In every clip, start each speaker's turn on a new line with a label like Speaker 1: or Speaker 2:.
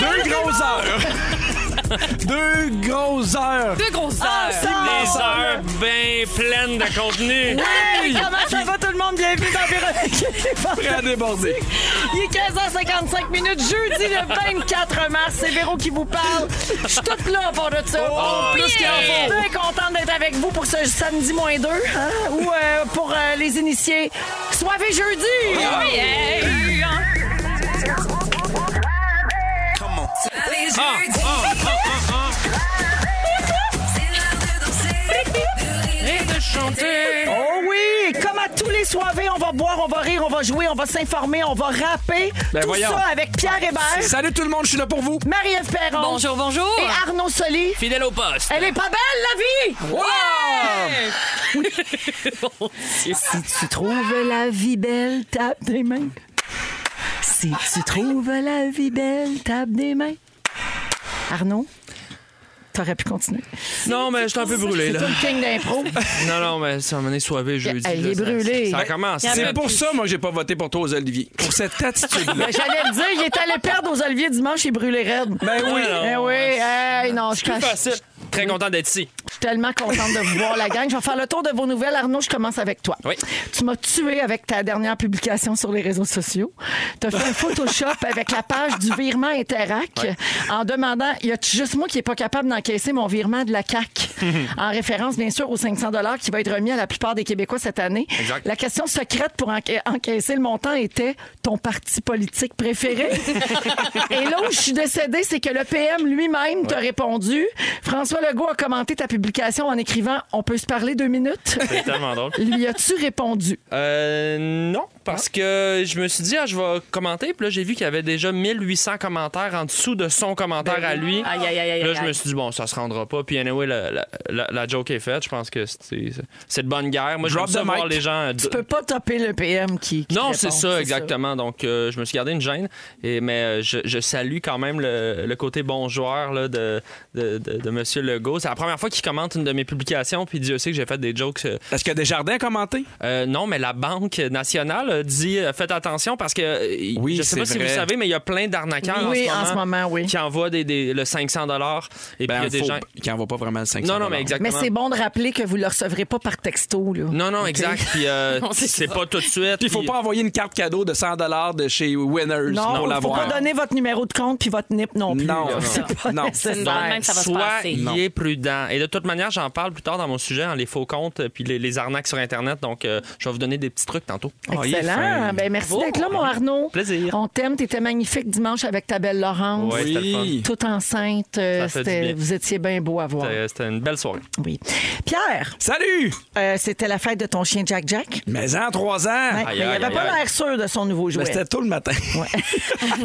Speaker 1: Deux grosses heures. Deux grosses heures.
Speaker 2: Deux grosses heures.
Speaker 3: Des heures bien pleines de contenu.
Speaker 1: Oui!
Speaker 2: Comment ça va tout le monde? Bienvenue dans Véronique. et les Fantastiques.
Speaker 1: Prêt à déborder.
Speaker 2: Il est 15h55 minutes, jeudi le 24 mars. C'est Véro qui vous parle. Je suis toute là pour de ça.
Speaker 1: Oh, plus qu'il en faut.
Speaker 2: Bien contente d'être avec vous pour ce samedi moins 2 ou euh, pour euh, les initiés. Soivez jeudi!
Speaker 3: Oh,
Speaker 2: Oh, Hey.
Speaker 3: Ah, ah, ah, ah, ah. Et de chanter.
Speaker 2: Oh oui! Comme à tous les soirées, on va boire, on va rire, on va jouer, on va s'informer, on va rapper.
Speaker 1: Ben
Speaker 2: Tout
Speaker 1: voyons.
Speaker 2: ça avec Pierre Hébert,
Speaker 1: Salut tout le monde, je suis là pour vous.
Speaker 2: Marie-Ève Perron.
Speaker 4: Bonjour, bonjour.
Speaker 2: Et Arnaud Soli.
Speaker 3: Fidèle au poste.
Speaker 2: Elle est pas belle, la vie! Ouais! si tu trouves la vie belle, tape des mains. Si tu trouves la vie belle, tape des mains. Arnaud, t'aurais pu continuer.
Speaker 3: Non, mais je suis un peu brûlé,
Speaker 2: C'est
Speaker 3: là.
Speaker 2: une king d'impro.
Speaker 3: Non, non, mais ça m'a soivé jeudi.
Speaker 2: Elle
Speaker 3: là,
Speaker 2: est
Speaker 3: ça-
Speaker 2: brûlée.
Speaker 3: Ça commence.
Speaker 1: C'est pour ça, moi, que j'ai pas voté pour toi aux Olivier. Pour cette attitude-là.
Speaker 2: Ben, J'allais le dire, il est allé perdre aux oliviers dimanche, il brûlait raide.
Speaker 1: Ben oui.
Speaker 2: Ben oui, hey, non, je
Speaker 3: C'est
Speaker 2: cache.
Speaker 3: facile. Très content d'être ici.
Speaker 2: Je suis tellement contente de vous voir, la gang. Je vais faire le tour de vos nouvelles. Arnaud, je commence avec toi.
Speaker 3: Oui.
Speaker 2: Tu m'as tué avec ta dernière publication sur les réseaux sociaux. Tu as fait un Photoshop avec la page du virement Interac en demandant y a-tu juste moi qui est pas capable d'encaisser mon virement de la CAC En référence, bien sûr, aux 500 qui va être remis à la plupart des Québécois cette année.
Speaker 3: Exact.
Speaker 2: La question secrète pour enca- encaisser le montant était ton parti politique préféré. Et là où je suis décédée, c'est que le PM lui-même t'a répondu. François Legault a commenté ta publication en écrivant On peut se parler deux minutes.
Speaker 3: C'est tellement drôle.
Speaker 2: Lui as-tu répondu?
Speaker 3: Euh, non, parce que je me suis dit, ah, je vais commenter. Puis là, j'ai vu qu'il y avait déjà 1800 commentaires en dessous de son commentaire à lui.
Speaker 4: Ben Aïe, aïe, aïe, aïe.
Speaker 3: Là, je
Speaker 4: aïe.
Speaker 3: me suis dit, bon, ça se rendra pas. Puis, anyway, la, la, la- la joke est faite. Je pense que c'est c'est de bonne guerre. Moi, je
Speaker 1: Drop
Speaker 3: veux
Speaker 1: the
Speaker 3: voir
Speaker 1: mic.
Speaker 3: les gens. euh,
Speaker 2: Tu peux pas topper le PM qui. qui
Speaker 3: Non,
Speaker 2: répond,
Speaker 3: c'est ça, exactement. Donc, euh, je me suis gardé une gêne, et, mais euh, je, je salue quand même le, le côté bon joueur là, de, de, de, de M. Legault. C'est la première fois qu'il commente une de mes publications, puis Dieu sait que j'ai fait des jokes. euh,
Speaker 1: Est-ce que Desjardins a commenté?
Speaker 3: euh, non, mais la Banque nationale a dit euh, faites attention parce que euh,
Speaker 1: Oui,
Speaker 3: je sais pas
Speaker 1: c'est
Speaker 3: si vous
Speaker 1: vrai.
Speaker 3: savez, mais il y a plein d'arnaqueurs
Speaker 2: Oui,
Speaker 3: en, ce moment
Speaker 2: oui.
Speaker 3: qui envoient des, des- le 500 et puis il y a des
Speaker 1: Ben, faut-
Speaker 3: gens.
Speaker 1: Qui envoie pas vraiment le 500
Speaker 3: Non, non, mais exactement.
Speaker 2: Mais c'est bon de rappeler que vous ne le recevrez pas par texto. Là.
Speaker 3: Non, non, exact. Puis euh,
Speaker 4: c'est
Speaker 3: c'est
Speaker 4: ça.
Speaker 3: pas tout de suite.
Speaker 1: Puis il faut
Speaker 3: puis-
Speaker 1: pas envoyer une carte cadeau de 100 de chez Winners
Speaker 2: Non,
Speaker 1: pour
Speaker 2: il faut
Speaker 1: l'avoir.
Speaker 2: pas donner votre numéro de compte puis votre NIP non plus.
Speaker 1: Non,
Speaker 2: là.
Speaker 1: non,
Speaker 2: c'est pas
Speaker 1: non.
Speaker 2: nécessaire.
Speaker 4: Dans le même, ça va se
Speaker 3: Soit
Speaker 4: passer.
Speaker 3: il est prudent. Et de toute manière, j'en parle plus tard dans mon sujet, hein, les faux comptes euh, puis les, les arnaques sur Internet. Donc, euh, je vais vous donner des petits trucs tantôt.
Speaker 1: Ah, il est
Speaker 2: Excellent.
Speaker 1: fin.
Speaker 2: Ben, merci d'être là, mon Arnaud.
Speaker 3: Plaisir.
Speaker 2: On t'aime. T'étais magnifique dimanche avec ta belle Laurence.
Speaker 3: Ouais, c'était le fun.
Speaker 1: oui.
Speaker 2: Toute enceinte. euh,
Speaker 3: Ça fait du
Speaker 2: c'était-
Speaker 3: bien.
Speaker 2: vous étiez bien beau à voir.
Speaker 3: C'était c'était une belle soirée.
Speaker 2: Oui. Pierre,
Speaker 1: Salut!
Speaker 2: euh, c'était la fête de ton chien Jack Jack.
Speaker 1: Mais en 3 ans!
Speaker 2: Ouais, mais il
Speaker 3: aïe,
Speaker 2: avait
Speaker 3: aïe,
Speaker 2: pas
Speaker 3: aïe.
Speaker 2: l'air sûr de son nouveau jouet.
Speaker 1: Mais C'était tout le matin.
Speaker 2: Ouais.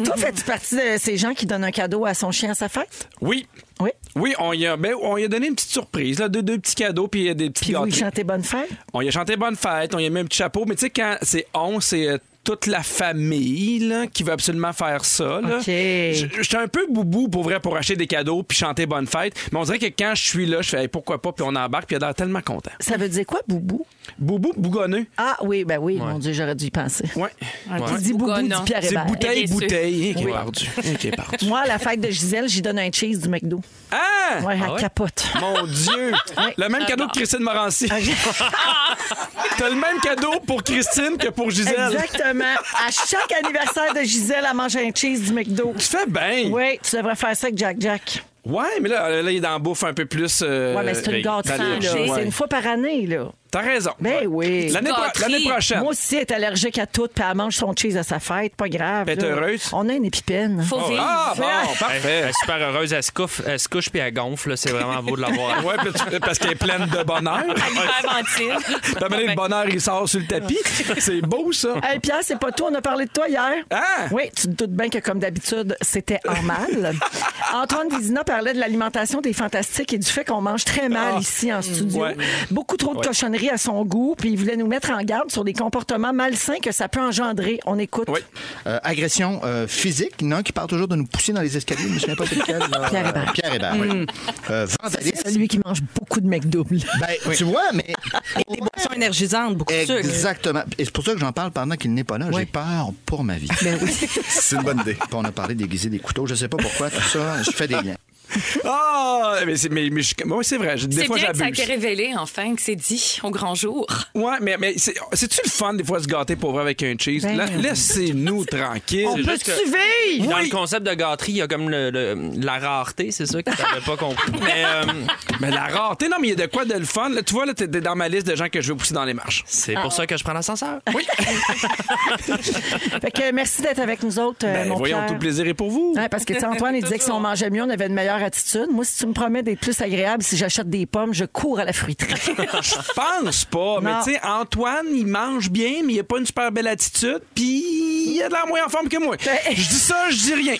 Speaker 2: Toi, fais-tu partie de ces gens qui donnent un cadeau à son chien à sa fête?
Speaker 1: Oui.
Speaker 2: Oui.
Speaker 1: Oui, on y a, ben, on y a donné une petite surprise, là, deux, deux petits cadeaux puis euh, des petits
Speaker 2: Puis vous, il
Speaker 1: gâteaux.
Speaker 2: chantait Bonne fête?
Speaker 1: On y a chanté Bonne fête, on y a mis un petit chapeau, mais tu sais, quand c'est on, c'est euh, toute la famille là, qui veut absolument faire ça. là.
Speaker 2: OK.
Speaker 1: Je- J'étais un peu boubou pour vrai pour acheter des cadeaux puis chanter Bonne fête, mais on dirait que quand je suis là, je fais Hey, pourquoi pas, puis on embarque, puis il a l'air tellement content.
Speaker 2: Ça veut dire quoi, Boubou?
Speaker 1: Boubou, bougonneux.
Speaker 2: Ah oui, ben oui, mon Dieu, j'aurais dû y penser.
Speaker 1: Ouais.
Speaker 3: Ouais.
Speaker 2: Qui dit Boubou,
Speaker 4: Bougonne,
Speaker 2: dit
Speaker 4: hein.
Speaker 2: Pierre
Speaker 1: C'est
Speaker 2: Hébert.
Speaker 1: bouteille,
Speaker 4: déçu.
Speaker 1: bouteille. Ok, pardu. Ok, pardu.
Speaker 2: Moi, à la fête de Gisèle, j'y donne un cheese du McDo.
Speaker 1: Ah!
Speaker 2: Ouais, elle
Speaker 3: ouais?
Speaker 2: capote.
Speaker 1: Mon Dieu! Le même cadeau que Christine Morancy. T'as le même cadeau pour Christine que pour Gisèle.
Speaker 2: Exactement. À chaque anniversaire de Gisèle, elle mange un cheese du McDo.
Speaker 1: Tu fais bien.
Speaker 2: Oui, tu devrais faire ça avec Jack Jack.
Speaker 1: Ouais, mais là, là, il est dans la bouffe un peu plus. euh,
Speaker 2: Ouais, mais c'est une
Speaker 1: ben,
Speaker 2: gâterie,
Speaker 1: italienne.
Speaker 2: là.
Speaker 1: Ouais.
Speaker 2: C'est une fois par année, là.
Speaker 1: T'as raison.
Speaker 2: Ben oui.
Speaker 1: L'année pro-
Speaker 5: Gâterie.
Speaker 1: l'année prochaine.
Speaker 2: Moi aussi, elle est allergique à tout, puis elle mange son cheese à sa fête. Pas grave.
Speaker 1: Ben,
Speaker 2: là.
Speaker 1: t'es heureuse?
Speaker 2: On a une épipène.
Speaker 5: Faut
Speaker 1: Oh,
Speaker 5: vivre.
Speaker 1: ah, bon,
Speaker 3: Elle, elle
Speaker 1: parfait.
Speaker 3: est super heureuse, elle se, couffe- elle se couche puis elle gonfle. là. C'est vraiment beau de l'avoir.
Speaker 1: Ouais, parce- parce qu'elle est pleine de bonheur.
Speaker 5: Hyperventile.
Speaker 1: T'as mené le bonheur, il sort sur le tapis. C'est beau, ça.
Speaker 2: Hey Pierre, c'est pas tout, on a parlé de toi hier.
Speaker 1: Hein?
Speaker 2: Oui, tu te doutes bien que comme d'habitude, c'était en mal. Antoine Vézina parlait de l'alimentation des fantastiques et du fait qu'on mange très mal
Speaker 1: Ah.
Speaker 2: ici en studio.
Speaker 1: Ouais.
Speaker 2: Beaucoup trop de cochonneries à son goût, puis il voulait nous mettre en garde sur les comportements malsains que ça peut engendrer. On écoute.
Speaker 1: Oui.
Speaker 4: Euh, agression euh, physique. Il y en a un qui part toujours de nous pousser dans les escaliers. Je me souviens pas c'est lequel. là.
Speaker 2: Pierre Hébert.
Speaker 4: Euh, Pierre Hébert, oui.
Speaker 6: Mm.
Speaker 4: Euh, vandalisme.
Speaker 2: C'est celui qui mange beaucoup de McDouble.
Speaker 4: Ben, Tu vois, mais.
Speaker 6: Des boissons énergisantes, beaucoup de sucre.
Speaker 4: Exactement. Et c'est pour ça que j'en parle pendant qu'il n'est pas là. J'ai peur pour ma vie.
Speaker 6: Ben
Speaker 7: C'est une bonne idée.
Speaker 4: Puis on a parlé d'aiguiser des couteaux. Je sais pas pourquoi tout ça. Je fais des liens.
Speaker 1: Ah, mais c'est mais, mais je- moi, c'est vrai. Des
Speaker 5: C'est
Speaker 1: fois,
Speaker 5: bien que ça a
Speaker 1: j'abuse.
Speaker 5: été révélé, enfin, que c'est dit au grand jour.
Speaker 1: Ouais, mais, mais c'est- c'est-tu le fun, des fois, se gâter pour vrai avec un cheese?
Speaker 2: Ben
Speaker 1: La-
Speaker 2: oui.
Speaker 1: Laissez-nous tranquille.
Speaker 2: On
Speaker 3: C'est
Speaker 2: peut
Speaker 3: juste que-
Speaker 2: suivre!
Speaker 3: Dans le concept de gâterie, il y a comme le- le- la rareté, c'est ça que tu n'avais pas compris. Mais euh,
Speaker 1: Mais la rareté, non, mais il y a de quoi de le fun. Là, tu vois, là, t'es t'es dans ma liste de gens que je veux pousser dans les marches.
Speaker 3: c'est pour ça que je prends l'ascenseur.
Speaker 2: Fait que merci d'être avec nous autres, euh,
Speaker 1: Ben,
Speaker 2: mon
Speaker 1: voyons,
Speaker 2: Pierre.
Speaker 1: tout le plaisir est pour vous.
Speaker 2: Ouais, parce que tu sais, Antoine, il disait que si on mangeait mieux, on avait une meilleure attitude. Moi, si tu me promets d'être plus agréable, si j'achète des pommes, je cours à la fruiterie.
Speaker 1: Je pense pas. Mais
Speaker 2: Non.
Speaker 1: tu sais, Antoine, il mange bien, mais il a pas une super belle attitude, puis il a de la moins en forme que moi.
Speaker 2: Ben-
Speaker 1: Je dis ça, je dis rien.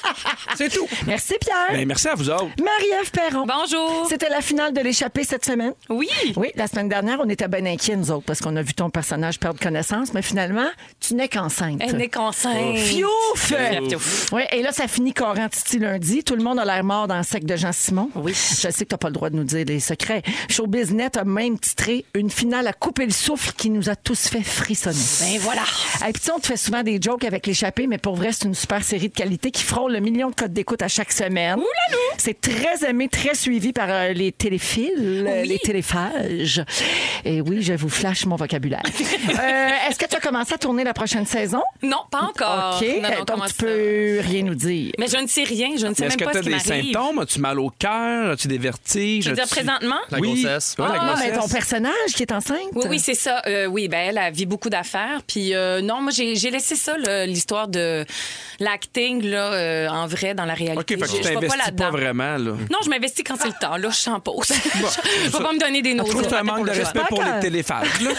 Speaker 1: C'est tout.
Speaker 2: Merci, Pierre.
Speaker 1: Ben, merci à vous autres.
Speaker 2: Marie-Ève Perron.
Speaker 5: Bonjour.
Speaker 2: C'était la finale de l'échappée cette semaine.
Speaker 5: Oui.
Speaker 2: Oui, la semaine dernière, on était bien inquiets, nous autres, parce qu'on a vu ton personnage perdre connaissance, mais finalement, tu n'es qu'enceinte.
Speaker 5: Elle est consciente.
Speaker 2: Fiouf!
Speaker 5: Fiouf.
Speaker 2: Oui, et là, ça finit Coran Titi lundi. Tout le monde a l'air mort dans le sec de Jean-Simon. Oui. Je sais que t'as pas le droit de nous dire des secrets. Showbiznet a même titré une finale à couper le souffle qui nous a tous fait frissonner.
Speaker 5: Ben voilà.
Speaker 2: Et puis, tu sais, on te fait souvent des jokes avec l'échappée, mais pour vrai, c'est une super série de qualité qui frôle le million de codes d'écoute à chaque semaine. C'est très aimé, très suivi par euh, les téléphiles, euh, les téléphages. Et oui, je vous flash mon vocabulaire. Euh, Est-ce que tu as commencé à tourner la prochaine saison?
Speaker 5: Non, pas encore.
Speaker 2: OK.
Speaker 5: Non, non, comment
Speaker 2: Donc, tu
Speaker 5: ça?
Speaker 2: peux rien nous dire.
Speaker 5: Mais je ne sais rien. Je ne sais
Speaker 1: Mais Est-ce
Speaker 5: même
Speaker 1: que
Speaker 5: pas
Speaker 1: tu
Speaker 5: ce
Speaker 1: as
Speaker 5: qui
Speaker 1: des
Speaker 5: m'arrive.
Speaker 1: symptômes? As-tu mal au cœur? As-tu des vertiges?
Speaker 5: Je veux dire,
Speaker 1: As-tu-
Speaker 5: présentement?
Speaker 3: La
Speaker 1: Oui.
Speaker 3: grossesse.
Speaker 1: Ouais, la
Speaker 2: Ah, mais
Speaker 1: grossesse.
Speaker 2: ton personnage qui est enceinte?
Speaker 5: Oui, oui, c'est ça. Euh, oui, ben elle, elle vit beaucoup d'affaires. Puis euh, non, moi, j'ai j'ai laissé ça, le- l'histoire de l'acting, là, euh, en vrai, dans la réalité.
Speaker 1: OK, fait que
Speaker 5: Je-
Speaker 1: tu
Speaker 5: je vais
Speaker 1: t'investis pas,
Speaker 5: là-dedans.
Speaker 1: vraiment, là.
Speaker 5: Non, je m'investis quand c'est le temps. Là, je suis en pause. je vais pas me donner des
Speaker 1: Je
Speaker 5: nausées.
Speaker 1: trouve que c'est un manque de respect pour
Speaker 2: J'espère
Speaker 5: hein?
Speaker 1: les
Speaker 2: que-
Speaker 1: téléphages. là.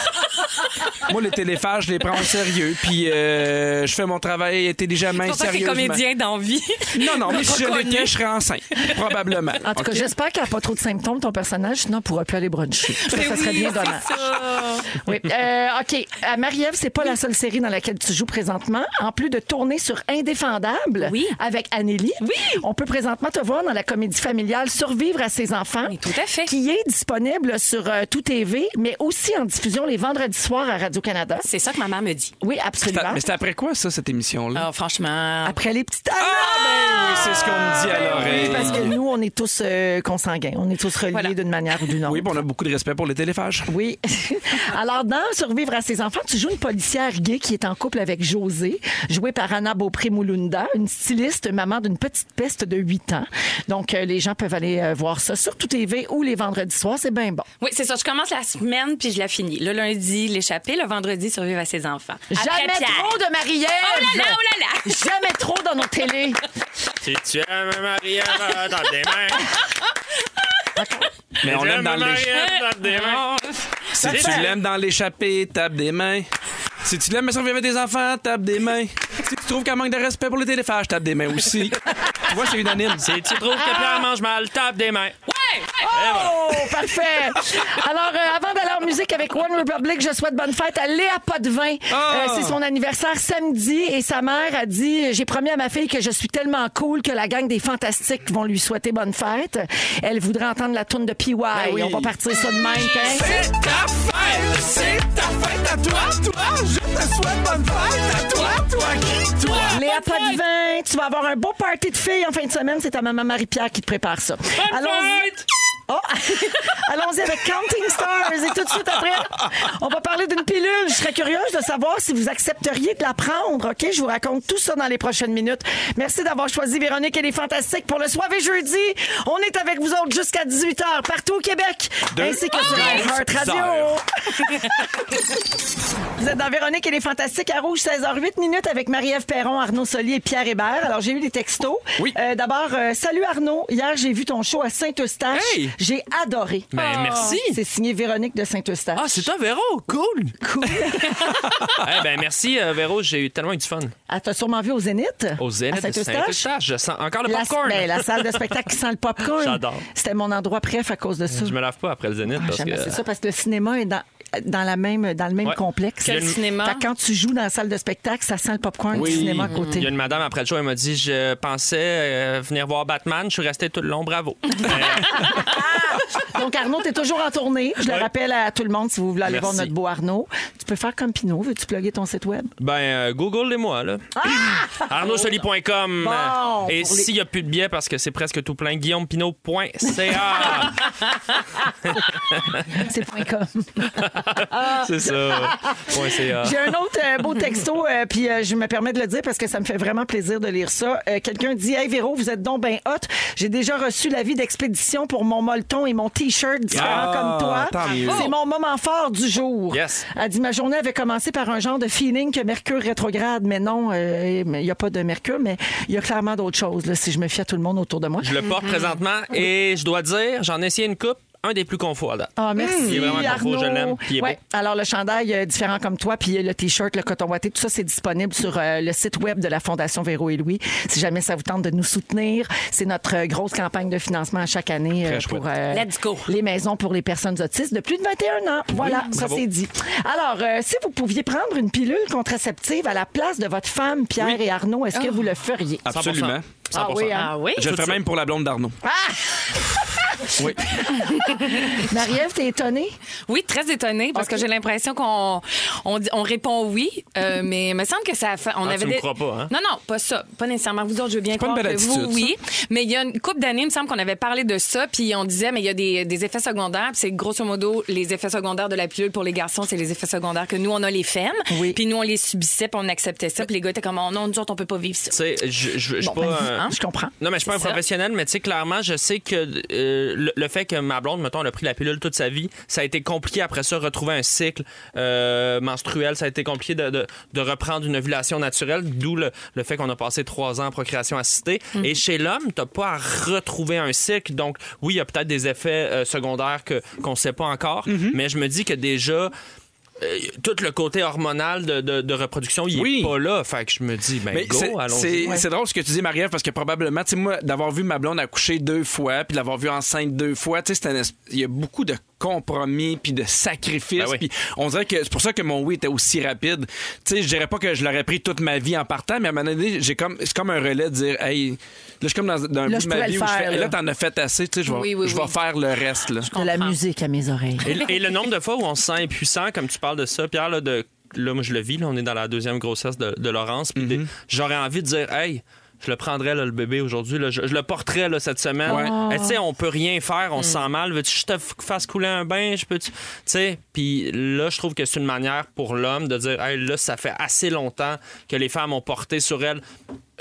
Speaker 1: Moi, les téléphages, je les prends au sérieux. Puis euh, je fais mon travail intelligemment et
Speaker 5: C'est pour ça que les
Speaker 1: sérieusement.
Speaker 5: comédiens d'envie.
Speaker 1: Non, non, mais si je
Speaker 5: Reconnu.
Speaker 1: l'étais, je serais enceinte. Probablement.
Speaker 2: En tout cas,
Speaker 1: OK?
Speaker 2: j'espère qu'elle n'a pas trop de symptômes, ton personnage, sinon on ne pourra plus aller bruncher. Ça,
Speaker 5: Mais
Speaker 2: ça serait
Speaker 5: oui,
Speaker 2: bien
Speaker 5: c'est
Speaker 2: dommage.
Speaker 5: ça.
Speaker 2: Oui. Euh, OK. À Marie-Ève, c'est pas la seule série dans laquelle tu joues présentement. En plus de tourner sur Indéfendable
Speaker 5: Oui.
Speaker 2: avec Anélie,
Speaker 5: Oui.
Speaker 2: on peut présentement te voir dans la comédie familiale Survivre à ses enfants.
Speaker 5: Mais tout à fait.
Speaker 2: Qui est disponible sur euh, Tout TV, mais aussi en diffusion les vendredis soirs à Radio-Canada.
Speaker 5: C'est ça que maman me dit.
Speaker 2: Oui,
Speaker 1: C'est-
Speaker 2: absolument.
Speaker 1: Mais c'est après quoi, ça, cette émission-là?
Speaker 5: Ah, franchement.
Speaker 2: Après les petites
Speaker 1: ben oui, c'est ce qu'on me dit
Speaker 5: Ah,
Speaker 1: à l'oreille.
Speaker 5: ben,
Speaker 2: Parce que nous, on est tous euh, consanguins. On est tous reliés
Speaker 5: Voilà.
Speaker 2: d'une manière ou d'une autre.
Speaker 1: Oui, puis on a beaucoup de respect pour les téléphages.
Speaker 2: Oui. Alors, dans Survivre à ses enfants, tu joues une policière gay qui est en couple avec José, jouée par Anna Beaupré-Moulunda, une styliste, maman d'une petite peste de 8 ans. Donc, euh, les gens peuvent aller euh, voir ça sur Tout TV ou les vendredis soirs. C'est bien bon.
Speaker 5: Oui, c'est ça. Je commence la semaine puis je la finis. Le lundi, l'échapper. Le vendredi, survivre à ses enfants. Après
Speaker 2: Jamais
Speaker 5: Pierre.
Speaker 2: trop de marie
Speaker 5: Oh là là, oh là là.
Speaker 2: Jamais trop dans nos télés.
Speaker 3: Si tu aimes Marie-Ève, dans tes mains.
Speaker 1: Mais on l'aime dans l'échappée.
Speaker 3: dans tes mains.
Speaker 1: Si tu l'aimes dans l'échappée, tape des mains. Si tu l'aimes survivre avec des enfants, tape des mains. Si tu trouves qu'elle manque de respect pour les téléphages, tape des mains aussi. tu vois, c'est unanime.
Speaker 3: Si tu trouves que Pierre mange mal, tape des mains.
Speaker 5: Ouais, ouais.
Speaker 1: Eh ben.
Speaker 2: Oh, parfait. Alors, euh, avant d'aller en musique avec One Republic, je souhaite bonne fête à Léa Potvin.
Speaker 1: Ah!
Speaker 2: Euh, c'est son anniversaire samedi et sa mère a dit J'ai promis à ma fille que je suis tellement cool que la gang des Fantastiques vont lui souhaiter bonne fête. Elle voudrait entendre la tourne de PY.
Speaker 1: Ben oui.
Speaker 2: On va partir ça de même. hein?
Speaker 8: C'est ta fête, c'est ta fête à toi, toi. Je te souhaite bonne fête à toi, toi qui, toi.
Speaker 2: Léa Potvin, tu vas avoir un beau party de filles en fin de semaine. C'est ta maman Marie-Pierre qui te prépare ça. Allons-y. Ah! Allons-y avec Counting Stars. Et tout de suite après, on va parler d'une pilule. Je serais curieuse de savoir si vous accepteriez de la prendre. OK? Je vous raconte tout ça dans les prochaines minutes. Merci d'avoir choisi Véronique et les Fantastiques pour le soir et jeudi. On est avec vous autres jusqu'à 18h partout au Québec. ainsi que sur iHeart Radio. Vous êtes dans Véronique et les Fantastiques à Rouge, 16h08 minutes avec Marie-Ève Perron, Arnaud Solier et Pierre Hébert. Alors, j'ai eu des textos.
Speaker 1: Oui.
Speaker 2: Euh, D'abord, euh, salut Arnaud. Hier, j'ai vu ton show à Saint-Eustache.
Speaker 3: Hey!
Speaker 2: J'ai adoré.
Speaker 3: Ben,
Speaker 5: Ah.
Speaker 3: merci.
Speaker 2: C'est signé Véronique de Saint-Eustache.
Speaker 3: Ah, c'est toi, Véro. Cool. Cool. ben, merci, euh, Véro. J'ai eu tellement eu du fun.
Speaker 2: Elle t'a sûrement vu au Zénith.
Speaker 3: Ah. Au
Speaker 2: À
Speaker 3: Zénith de
Speaker 2: Saint-Eustache.
Speaker 3: Saint-Eustache. Je sens encore le
Speaker 2: La,
Speaker 3: popcorn.
Speaker 2: ben, la salle de spectacle qui sent le popcorn.
Speaker 3: J'adore.
Speaker 2: C'était mon endroit préf à cause de ça.
Speaker 3: Je me lave pas après le Zénith
Speaker 2: Ah,
Speaker 3: parce
Speaker 2: jamais,
Speaker 3: que.
Speaker 2: C'est ça, parce que le cinéma est dans, dans, la même, dans le même
Speaker 3: Ouais.
Speaker 2: complexe.
Speaker 5: Quel cinéma?
Speaker 2: Fait que quand tu joues dans la salle de spectacle, ça sent le popcorn du cinéma à côté.
Speaker 3: Il y a une madame après le show, elle m'a dit Je pensais euh, venir voir Batman, je suis resté tout le long, bravo.
Speaker 2: Donc, Arnaud, t'es toujours en tournée. Je le
Speaker 3: Ouais.
Speaker 2: rappelle à tout le monde si vous voulez aller
Speaker 3: Merci.
Speaker 2: voir notre beau Arnaud. Tu peux faire comme Pinot. Veux-tu plugger ton site web?
Speaker 3: ben, euh, googlez-moi, là. ArnaudSoli.com.
Speaker 2: Ah! Bon,
Speaker 3: Et
Speaker 2: pour les-
Speaker 3: s'il n'y a plus de billets, parce que c'est presque tout plein, guillaumepinot.ca.
Speaker 2: C'est point .com.
Speaker 3: c'est ça. Point .ca.
Speaker 2: J'ai un autre euh, beau texto, euh, puis euh, je me permets de le dire parce que ça me fait vraiment plaisir de lire ça. Euh, Quelqu'un dit Hey Véro, vous êtes donc ben hot. J'ai déjà reçu l'avis d'expédition pour mon molleton et mon T-shirt différent
Speaker 1: Ah,
Speaker 2: comme toi.
Speaker 1: tant mieux.
Speaker 2: C'est mon moment fort du jour.
Speaker 3: Yes.
Speaker 2: Elle dit Ma journée avait commencé par un genre de feeling que Mercure rétrograde, mais non, euh, mais il n'y a pas de Mercure, mais il y a clairement d'autres choses, là, si je me fie à tout le monde autour de moi.
Speaker 3: Je le porte présentement et je dois dire, j'en ai essayé une coupe, un des plus confort là.
Speaker 2: Ah, merci.
Speaker 3: Hmm. Il est vraiment pas
Speaker 2: Arnaud.
Speaker 3: beau, je l'aime, puis il est
Speaker 2: Ouais. Alors, le chandail euh, différent comme toi, puis euh, le T-shirt, le coton ouaté, tout ça, c'est disponible sur euh, le site web de la Fondation Véro et Louis. Si jamais ça vous tente de nous soutenir, c'est notre euh, grosse campagne de financement à chaque année euh, pour euh,
Speaker 5: Let's go.
Speaker 2: les maisons pour les personnes autistes de plus de 21 ans. Voilà, ça c'est dit. Alors, euh, si vous pouviez prendre une pilule contraceptive à la place de votre femme, Pierre et Arnaud, est-ce que
Speaker 3: Ah.
Speaker 2: vous le feriez?
Speaker 1: Absolument.
Speaker 3: 100%. 100%.
Speaker 2: hein?
Speaker 5: Ah
Speaker 2: Ah!
Speaker 5: oui?
Speaker 1: Je le ferai même pour la blonde d'Arnaud.
Speaker 2: Marie-Ève, t'es étonnée?
Speaker 5: Oui, très étonnée parce que j'ai l'impression qu'on on, dit- on répond oui, euh, mais il me semble que ça a fait. On
Speaker 3: Ah,
Speaker 5: avait
Speaker 3: tu me
Speaker 5: des-
Speaker 3: crois pas, hein?
Speaker 5: Non, non, pas ça. Pas nécessairement vous autres, je veux bien
Speaker 1: pas
Speaker 5: croire
Speaker 1: une belle
Speaker 5: que vous,
Speaker 1: attitude,
Speaker 5: oui. Mais il y a une couple d'années, il me semble qu'on avait parlé de ça, puis on disait, mais il y a des, des effets secondaires, puis c'est grosso modo les effets secondaires de la pilule pour les garçons, c'est les effets secondaires que nous, on a les femmes,
Speaker 2: Oui.
Speaker 5: puis nous, on les subissait, puis on acceptait ça, puis les gars étaient comme, oh, non, nous autres, on peut pas vivre ça.
Speaker 3: Tu sais, je- je je- je suis
Speaker 2: ben,
Speaker 3: pas. un-
Speaker 2: hein, je comprends.
Speaker 3: Non, mais je suis pas un
Speaker 5: C'est ça.
Speaker 3: professionnel, mais tu sais, clairement, je sais que euh, le, le fait que ma blonde, mettons, elle a pris la pilule toute sa vie, ça a été compliqué après ça, retrouver un cycle euh, menstruel, ça a été compliqué de, de- de reprendre une ovulation naturelle, d'où le, le fait qu'on a passé trois ans en procréation assistée.
Speaker 1: Mm.
Speaker 3: Et chez l'homme, t'as pas à retrouver un cycle, donc oui, il y a peut-être des effets euh, secondaires que- qu'on sait pas encore,
Speaker 1: Mm-hmm.
Speaker 3: mais je me dis que déjà... euh, tout le côté hormonal de, de- de reproduction, il
Speaker 1: Oui.
Speaker 3: est pas là. Fait que je me dis, ben
Speaker 1: Mais
Speaker 3: go,
Speaker 1: c'est-
Speaker 3: allons-y.
Speaker 1: c'est c'est drôle ce que tu dis, Marie-Ève, parce que probablement, tu sais, moi, d'avoir vu ma blonde accoucher deux fois, puis l'avoir vue enceinte deux fois, tu sais, c'est un es- il y a beaucoup de compromis, puis de sacrifices.
Speaker 3: Ben oui.
Speaker 1: Puis on dirait que c'est pour ça que mon oui était aussi rapide. Tu sais, je dirais pas que je l'aurais pris toute ma vie en partant, mais à un moment donné, j'ai comme, c'est comme un relais de dire, hey, là, je suis comme dans, dans un
Speaker 2: Là,
Speaker 1: bout
Speaker 2: je
Speaker 1: de ma
Speaker 2: pourrais
Speaker 1: vie
Speaker 2: le
Speaker 1: où je
Speaker 2: faire,
Speaker 1: fais, hey,
Speaker 2: là.
Speaker 1: là, t'en as fait assez, tu sais, je vais
Speaker 5: Oui, oui,
Speaker 1: je vais
Speaker 5: oui.
Speaker 1: faire le reste, là.
Speaker 2: De la musique à mes oreilles.
Speaker 3: Et, le- et le nombre de fois où on se sent impuissant, comme tu parles de ça, Pierre, là, de, là moi je le vis, là, on est dans la deuxième grossesse de, de Laurence, puis des- j'aurais envie de dire, hey, je le prendrais, là, le bébé aujourd'hui, là, je, je le porterais là, cette semaine. Eh, tu sais, on peut rien faire, on se
Speaker 2: Mm.
Speaker 3: sent mal. Veux-tu que je te f- fasse couler un bain? Je peux tu tu sais, puis là, je trouve que c'est une manière pour l'homme de dire, hey, là, ça fait assez longtemps que les femmes ont porté sur elles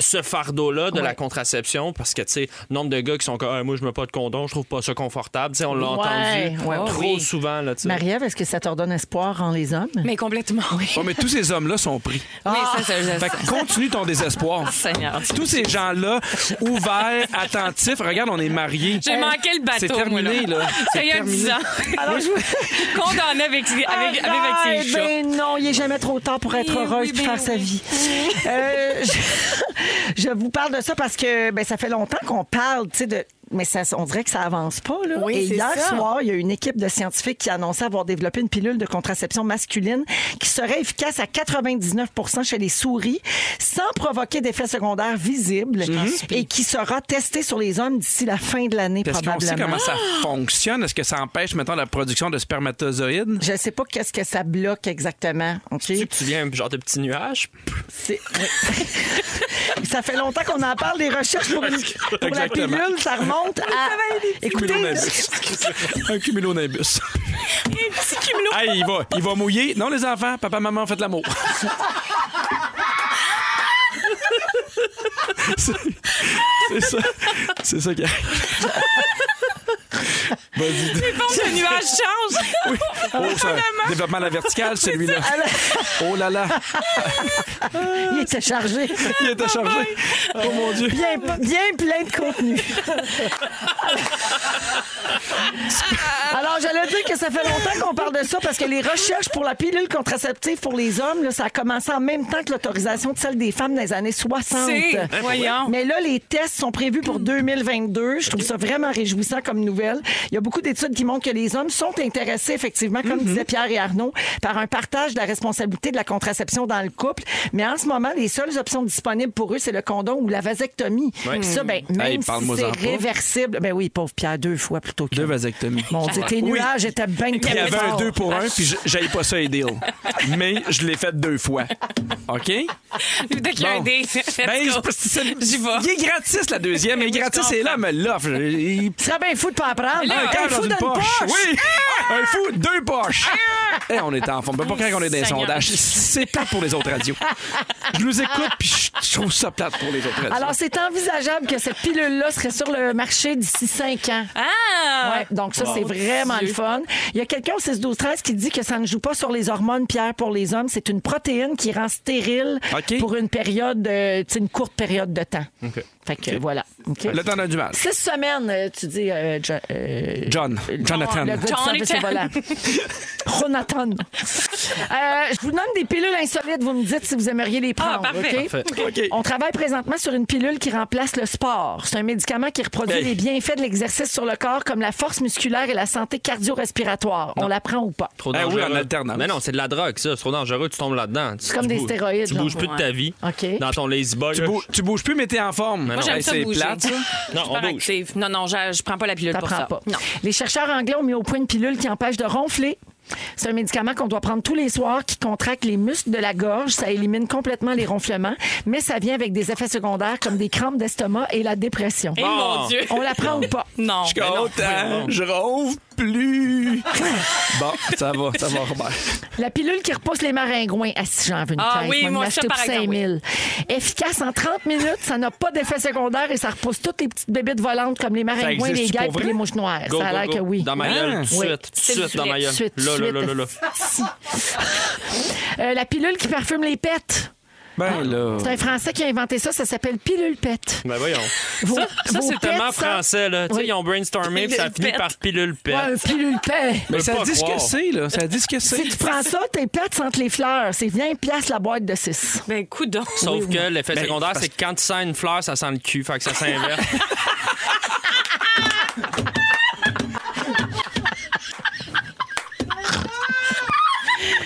Speaker 3: ce fardeau-là de la contraception, parce que, tu sais, nombre de gars qui sont comme, Ah, moi, je me pas de condom, je trouve pas ça confortable. Tu sais, on l'a
Speaker 2: Ouais,
Speaker 3: entendu
Speaker 2: ouais,
Speaker 3: trop
Speaker 2: oui.
Speaker 3: souvent, là, tu sais.
Speaker 2: Marie-Ève, est-ce que ça te redonne espoir en les hommes?
Speaker 5: Mais complètement, oui.
Speaker 1: Ouais, mais tous ces hommes-là sont pris.
Speaker 5: Oui, ça, ça, je-
Speaker 1: Fait que continue ton désespoir.
Speaker 5: Seigneur.
Speaker 1: Tous ces gens-là, ouverts, attentifs. Regarde, on est mariés.
Speaker 5: J'ai manqué le bateau.
Speaker 1: C'est terminé,
Speaker 5: moi,
Speaker 1: là.
Speaker 5: Ça y est, 10 ans.
Speaker 2: Alors, je vous-
Speaker 5: Condamné avec, avec, avec,
Speaker 2: Arrête,
Speaker 5: avec ses chats.
Speaker 2: ben non, il n'est jamais trop tard pour être
Speaker 5: Oui,
Speaker 2: heureuse
Speaker 5: oui,
Speaker 2: puis
Speaker 5: ben
Speaker 2: faire sa
Speaker 5: oui.
Speaker 2: vie. Euh, je, je vous parle de ça parce que ben, ça fait longtemps qu'on parle, tu sais, de. Mais ça, on dirait que ça avance pas. Là.
Speaker 6: Oui,
Speaker 2: Et
Speaker 6: c'est
Speaker 2: hier
Speaker 6: ça.
Speaker 2: soir, il y a une équipe de scientifiques qui annonçait avoir développé une pilule de contraception masculine qui serait efficace à 99 chez les souris sans provoquer d'effets secondaires visibles Mhm. et qui sera testée sur les hommes d'ici la fin de l'année
Speaker 1: Est-ce
Speaker 2: probablement.
Speaker 1: qu'on sait comment ça fonctionne? Est-ce que ça empêche, mettons, la production de spermatozoïdes?
Speaker 2: Je sais pas qu'est-ce que ça bloque exactement. OK?
Speaker 3: Tu sais que tu viens un genre de petit nuage.
Speaker 2: C'est- Ça fait longtemps qu'on en parle des recherches pour, une- pour la
Speaker 1: Exactement.
Speaker 2: pilule. Ça remonte remonte à. Écoutez,
Speaker 1: Cumulonimbus. Excusez. Un cumulonimbus. Hey, il va, il va mouiller. Non, les enfants, papa, maman, faites l'amour. C'est- C'est ça. C'est ça qui arrive. Vas-y.
Speaker 5: Le nuage change.
Speaker 1: Oh, ça, développement à la verticale, celui-là. Oh là là,
Speaker 2: il était chargé.
Speaker 1: il était chargé. Oh mon Dieu.
Speaker 2: Bien, bien plein de contenu. Alors, j'allais dire que ça fait longtemps qu'on parle de ça parce que les recherches pour la pilule contraceptive pour les hommes, là, ça a commencé en même temps que l'autorisation de celle des femmes dans les années 60.
Speaker 5: C'est, voyons.
Speaker 2: Mais là, les tests sont prévus
Speaker 1: Hmm.
Speaker 2: pour 2022. Je trouve ça vraiment réjouissant comme nouvelle. Il y a beaucoup d'études qui montrent que les hommes sont intéressés, effectivement,
Speaker 1: Mhm.
Speaker 2: comme disaient Pierre et Arnaud, par un partage de la responsabilité de la contraception dans le couple. Mais en ce moment, les seules options disponibles pour eux, c'est le condom ou la vasectomie. Puis Ça, ben, même
Speaker 1: Hey,
Speaker 2: si
Speaker 1: parle-moi-en
Speaker 2: c'est
Speaker 1: pas.
Speaker 2: réversible, ben oui, pauvre Pierre, deux fois plutôt que.
Speaker 1: Deux vasectomies.
Speaker 2: Mon Dieu, tes
Speaker 1: Oui.
Speaker 2: nuages étaient bien trop
Speaker 1: Il y avait un
Speaker 2: forts.
Speaker 1: 2 pour 1, puis je- j'avais pas ça, Ideal. Mais je l'ai fait deux fois. OK?
Speaker 5: Dès qu'il y a un
Speaker 1: Bon.
Speaker 5: dé, let's
Speaker 1: Ben,
Speaker 5: go.
Speaker 1: c'est parce que c'est-
Speaker 5: J'y vais.
Speaker 1: Il est gratis, la deuxième. Il est
Speaker 5: Oui, je
Speaker 1: gratis, et là, elle me l'offre. Il-
Speaker 2: Tu serais bien fou de pas en prendre.
Speaker 1: Un
Speaker 2: Ah, Un
Speaker 1: cœur
Speaker 2: fou
Speaker 1: dans une
Speaker 2: d'une
Speaker 1: poche.
Speaker 2: poche.
Speaker 1: Oui! Un fou, deux poches. Eh, on est en forme. Ben, Pas quand on est dans les
Speaker 5: Seigneur.
Speaker 1: sondages. C'est pas pour les autres radios. Je nous écoute, puis je- je trouve ça plate pour les autres radios.
Speaker 2: Alors, c'est envisageable que cette pilule-là serait sur le marché d'ici cinq ans.
Speaker 5: Ah!
Speaker 2: Ouais, donc ça, c'est vraiment le fun. Il y a quelqu'un au 6 12 13 qui dit que ça ne joue pas sur les hormones, Pierre, pour les hommes. C'est une protéine qui rend stérile
Speaker 1: OK.
Speaker 2: pour une période, euh, tu sais, une courte période de temps. Fait que voilà. OK.
Speaker 1: Le temps d'un du mal.
Speaker 2: Six semaines, euh, tu dis, euh, Jo- euh,
Speaker 1: John. Jonathan.
Speaker 2: le gars du
Speaker 5: Jonathan.
Speaker 2: service au volant. Jonathan. Euh, je vous donne des pilules insolites. Vous me dites si vous aimeriez les prendre.
Speaker 5: Ah, parfait.
Speaker 2: OK? On travaille présentement sur une pilule qui remplace le sport. C'est un médicament qui reproduit
Speaker 1: Hey.
Speaker 2: les bienfaits de l'exercice sur le corps, comme la force musculaire et la santé cardio-respiratoire. On la prend ou pas? Ben
Speaker 3: Trop
Speaker 1: Eh oui,
Speaker 3: dangereux.
Speaker 1: en alternance.
Speaker 3: Mais non, c'est de la drogue, ça. C'est trop dangereux. Tu tombes là-dedans. Tu-
Speaker 2: C'est comme
Speaker 3: tu
Speaker 2: des
Speaker 3: bouges-
Speaker 2: stéroïdes,
Speaker 3: Tu
Speaker 2: genre.
Speaker 3: bouges plus de ta vie.
Speaker 2: OK.
Speaker 3: Dans ton lazy boy.
Speaker 1: Tu,
Speaker 3: là,
Speaker 1: bouges- tu bouges plus, mais t'es en forme.
Speaker 3: Mais
Speaker 5: Moi,
Speaker 3: non.
Speaker 5: j'aime
Speaker 1: Hey,
Speaker 5: ça
Speaker 1: c'est
Speaker 5: bouger.
Speaker 1: plate.
Speaker 5: tu vois.
Speaker 3: Non,
Speaker 5: Je suis
Speaker 3: on
Speaker 5: pas
Speaker 3: bouge.
Speaker 5: active. Non, non, je, je prends pas la pilule pour
Speaker 2: T'apprends
Speaker 5: ça.
Speaker 2: pas.
Speaker 5: Non.
Speaker 2: Les chercheurs anglais ont mis au point une pilule qui empêche de ronfler. C'est un médicament qu'on doit prendre tous les soirs qui contracte les muscles de la gorge. Ça élimine complètement les ronflements, mais ça vient avec des effets secondaires comme des crampes d'estomac et la dépression.
Speaker 5: Eh mon Dieu!
Speaker 2: On la prend ou pas?
Speaker 5: Non.
Speaker 1: Je suis content, je ronfle plus. bon, ça va, ça va, Robert.
Speaker 2: La pilule qui repousse les maringouins. Ah, si j'en veux une
Speaker 5: Ah
Speaker 2: caisse,
Speaker 5: oui,
Speaker 2: je vais
Speaker 5: moi,
Speaker 2: m'en acheter
Speaker 5: ça,
Speaker 2: pour
Speaker 5: par exemple,
Speaker 2: 5000. Efficace en 30 minutes, ça n'a pas d'effet secondaire et ça repousse toutes les petites bébites volantes comme les maringouins,
Speaker 1: existe-tu pour
Speaker 2: les guêpes et
Speaker 1: vrai?
Speaker 2: les mouches noires.
Speaker 3: Go,
Speaker 2: ça a
Speaker 3: go,
Speaker 2: l'air
Speaker 3: go.
Speaker 2: que oui.
Speaker 3: Dans
Speaker 1: Ah.
Speaker 3: ma gueule, tout de
Speaker 2: Oui.
Speaker 3: suite. Tout de
Speaker 5: C'est
Speaker 3: suite, dans ma gueule.
Speaker 2: suite,
Speaker 3: Là, là,
Speaker 2: suite.
Speaker 3: là, là, là.
Speaker 2: Euh, la pilule qui parfume les pets.
Speaker 1: Ben là.
Speaker 2: C'est un Français qui a inventé ça, ça s'appelle pilule pet.
Speaker 3: Ben voyons.
Speaker 2: Vos-
Speaker 3: Ça,
Speaker 2: vos
Speaker 3: c'est
Speaker 2: pets
Speaker 3: tellement
Speaker 2: sentent-
Speaker 3: français, là. Tu sais,
Speaker 2: Oui.
Speaker 3: ils ont brainstormé, puis ça
Speaker 5: Pilule
Speaker 3: finit
Speaker 5: pète.
Speaker 3: par pilule pète.
Speaker 2: Ouais, un pilule pet.
Speaker 1: Mais
Speaker 3: peux
Speaker 1: ça
Speaker 3: pas
Speaker 1: dit ce que
Speaker 3: croire.
Speaker 1: c'est, là. Ça dit ce que c'est.
Speaker 2: Si tu prends ça, tes pets sentent les fleurs. C'est 20 piastres la boîte de 6.
Speaker 5: Ben, coup d'or.
Speaker 3: Sauf que l'effet
Speaker 1: Ben,
Speaker 3: secondaire,
Speaker 1: parce
Speaker 3: c'est que quand tu sens une fleur, ça sent le cul. Fait que ça s'inverse.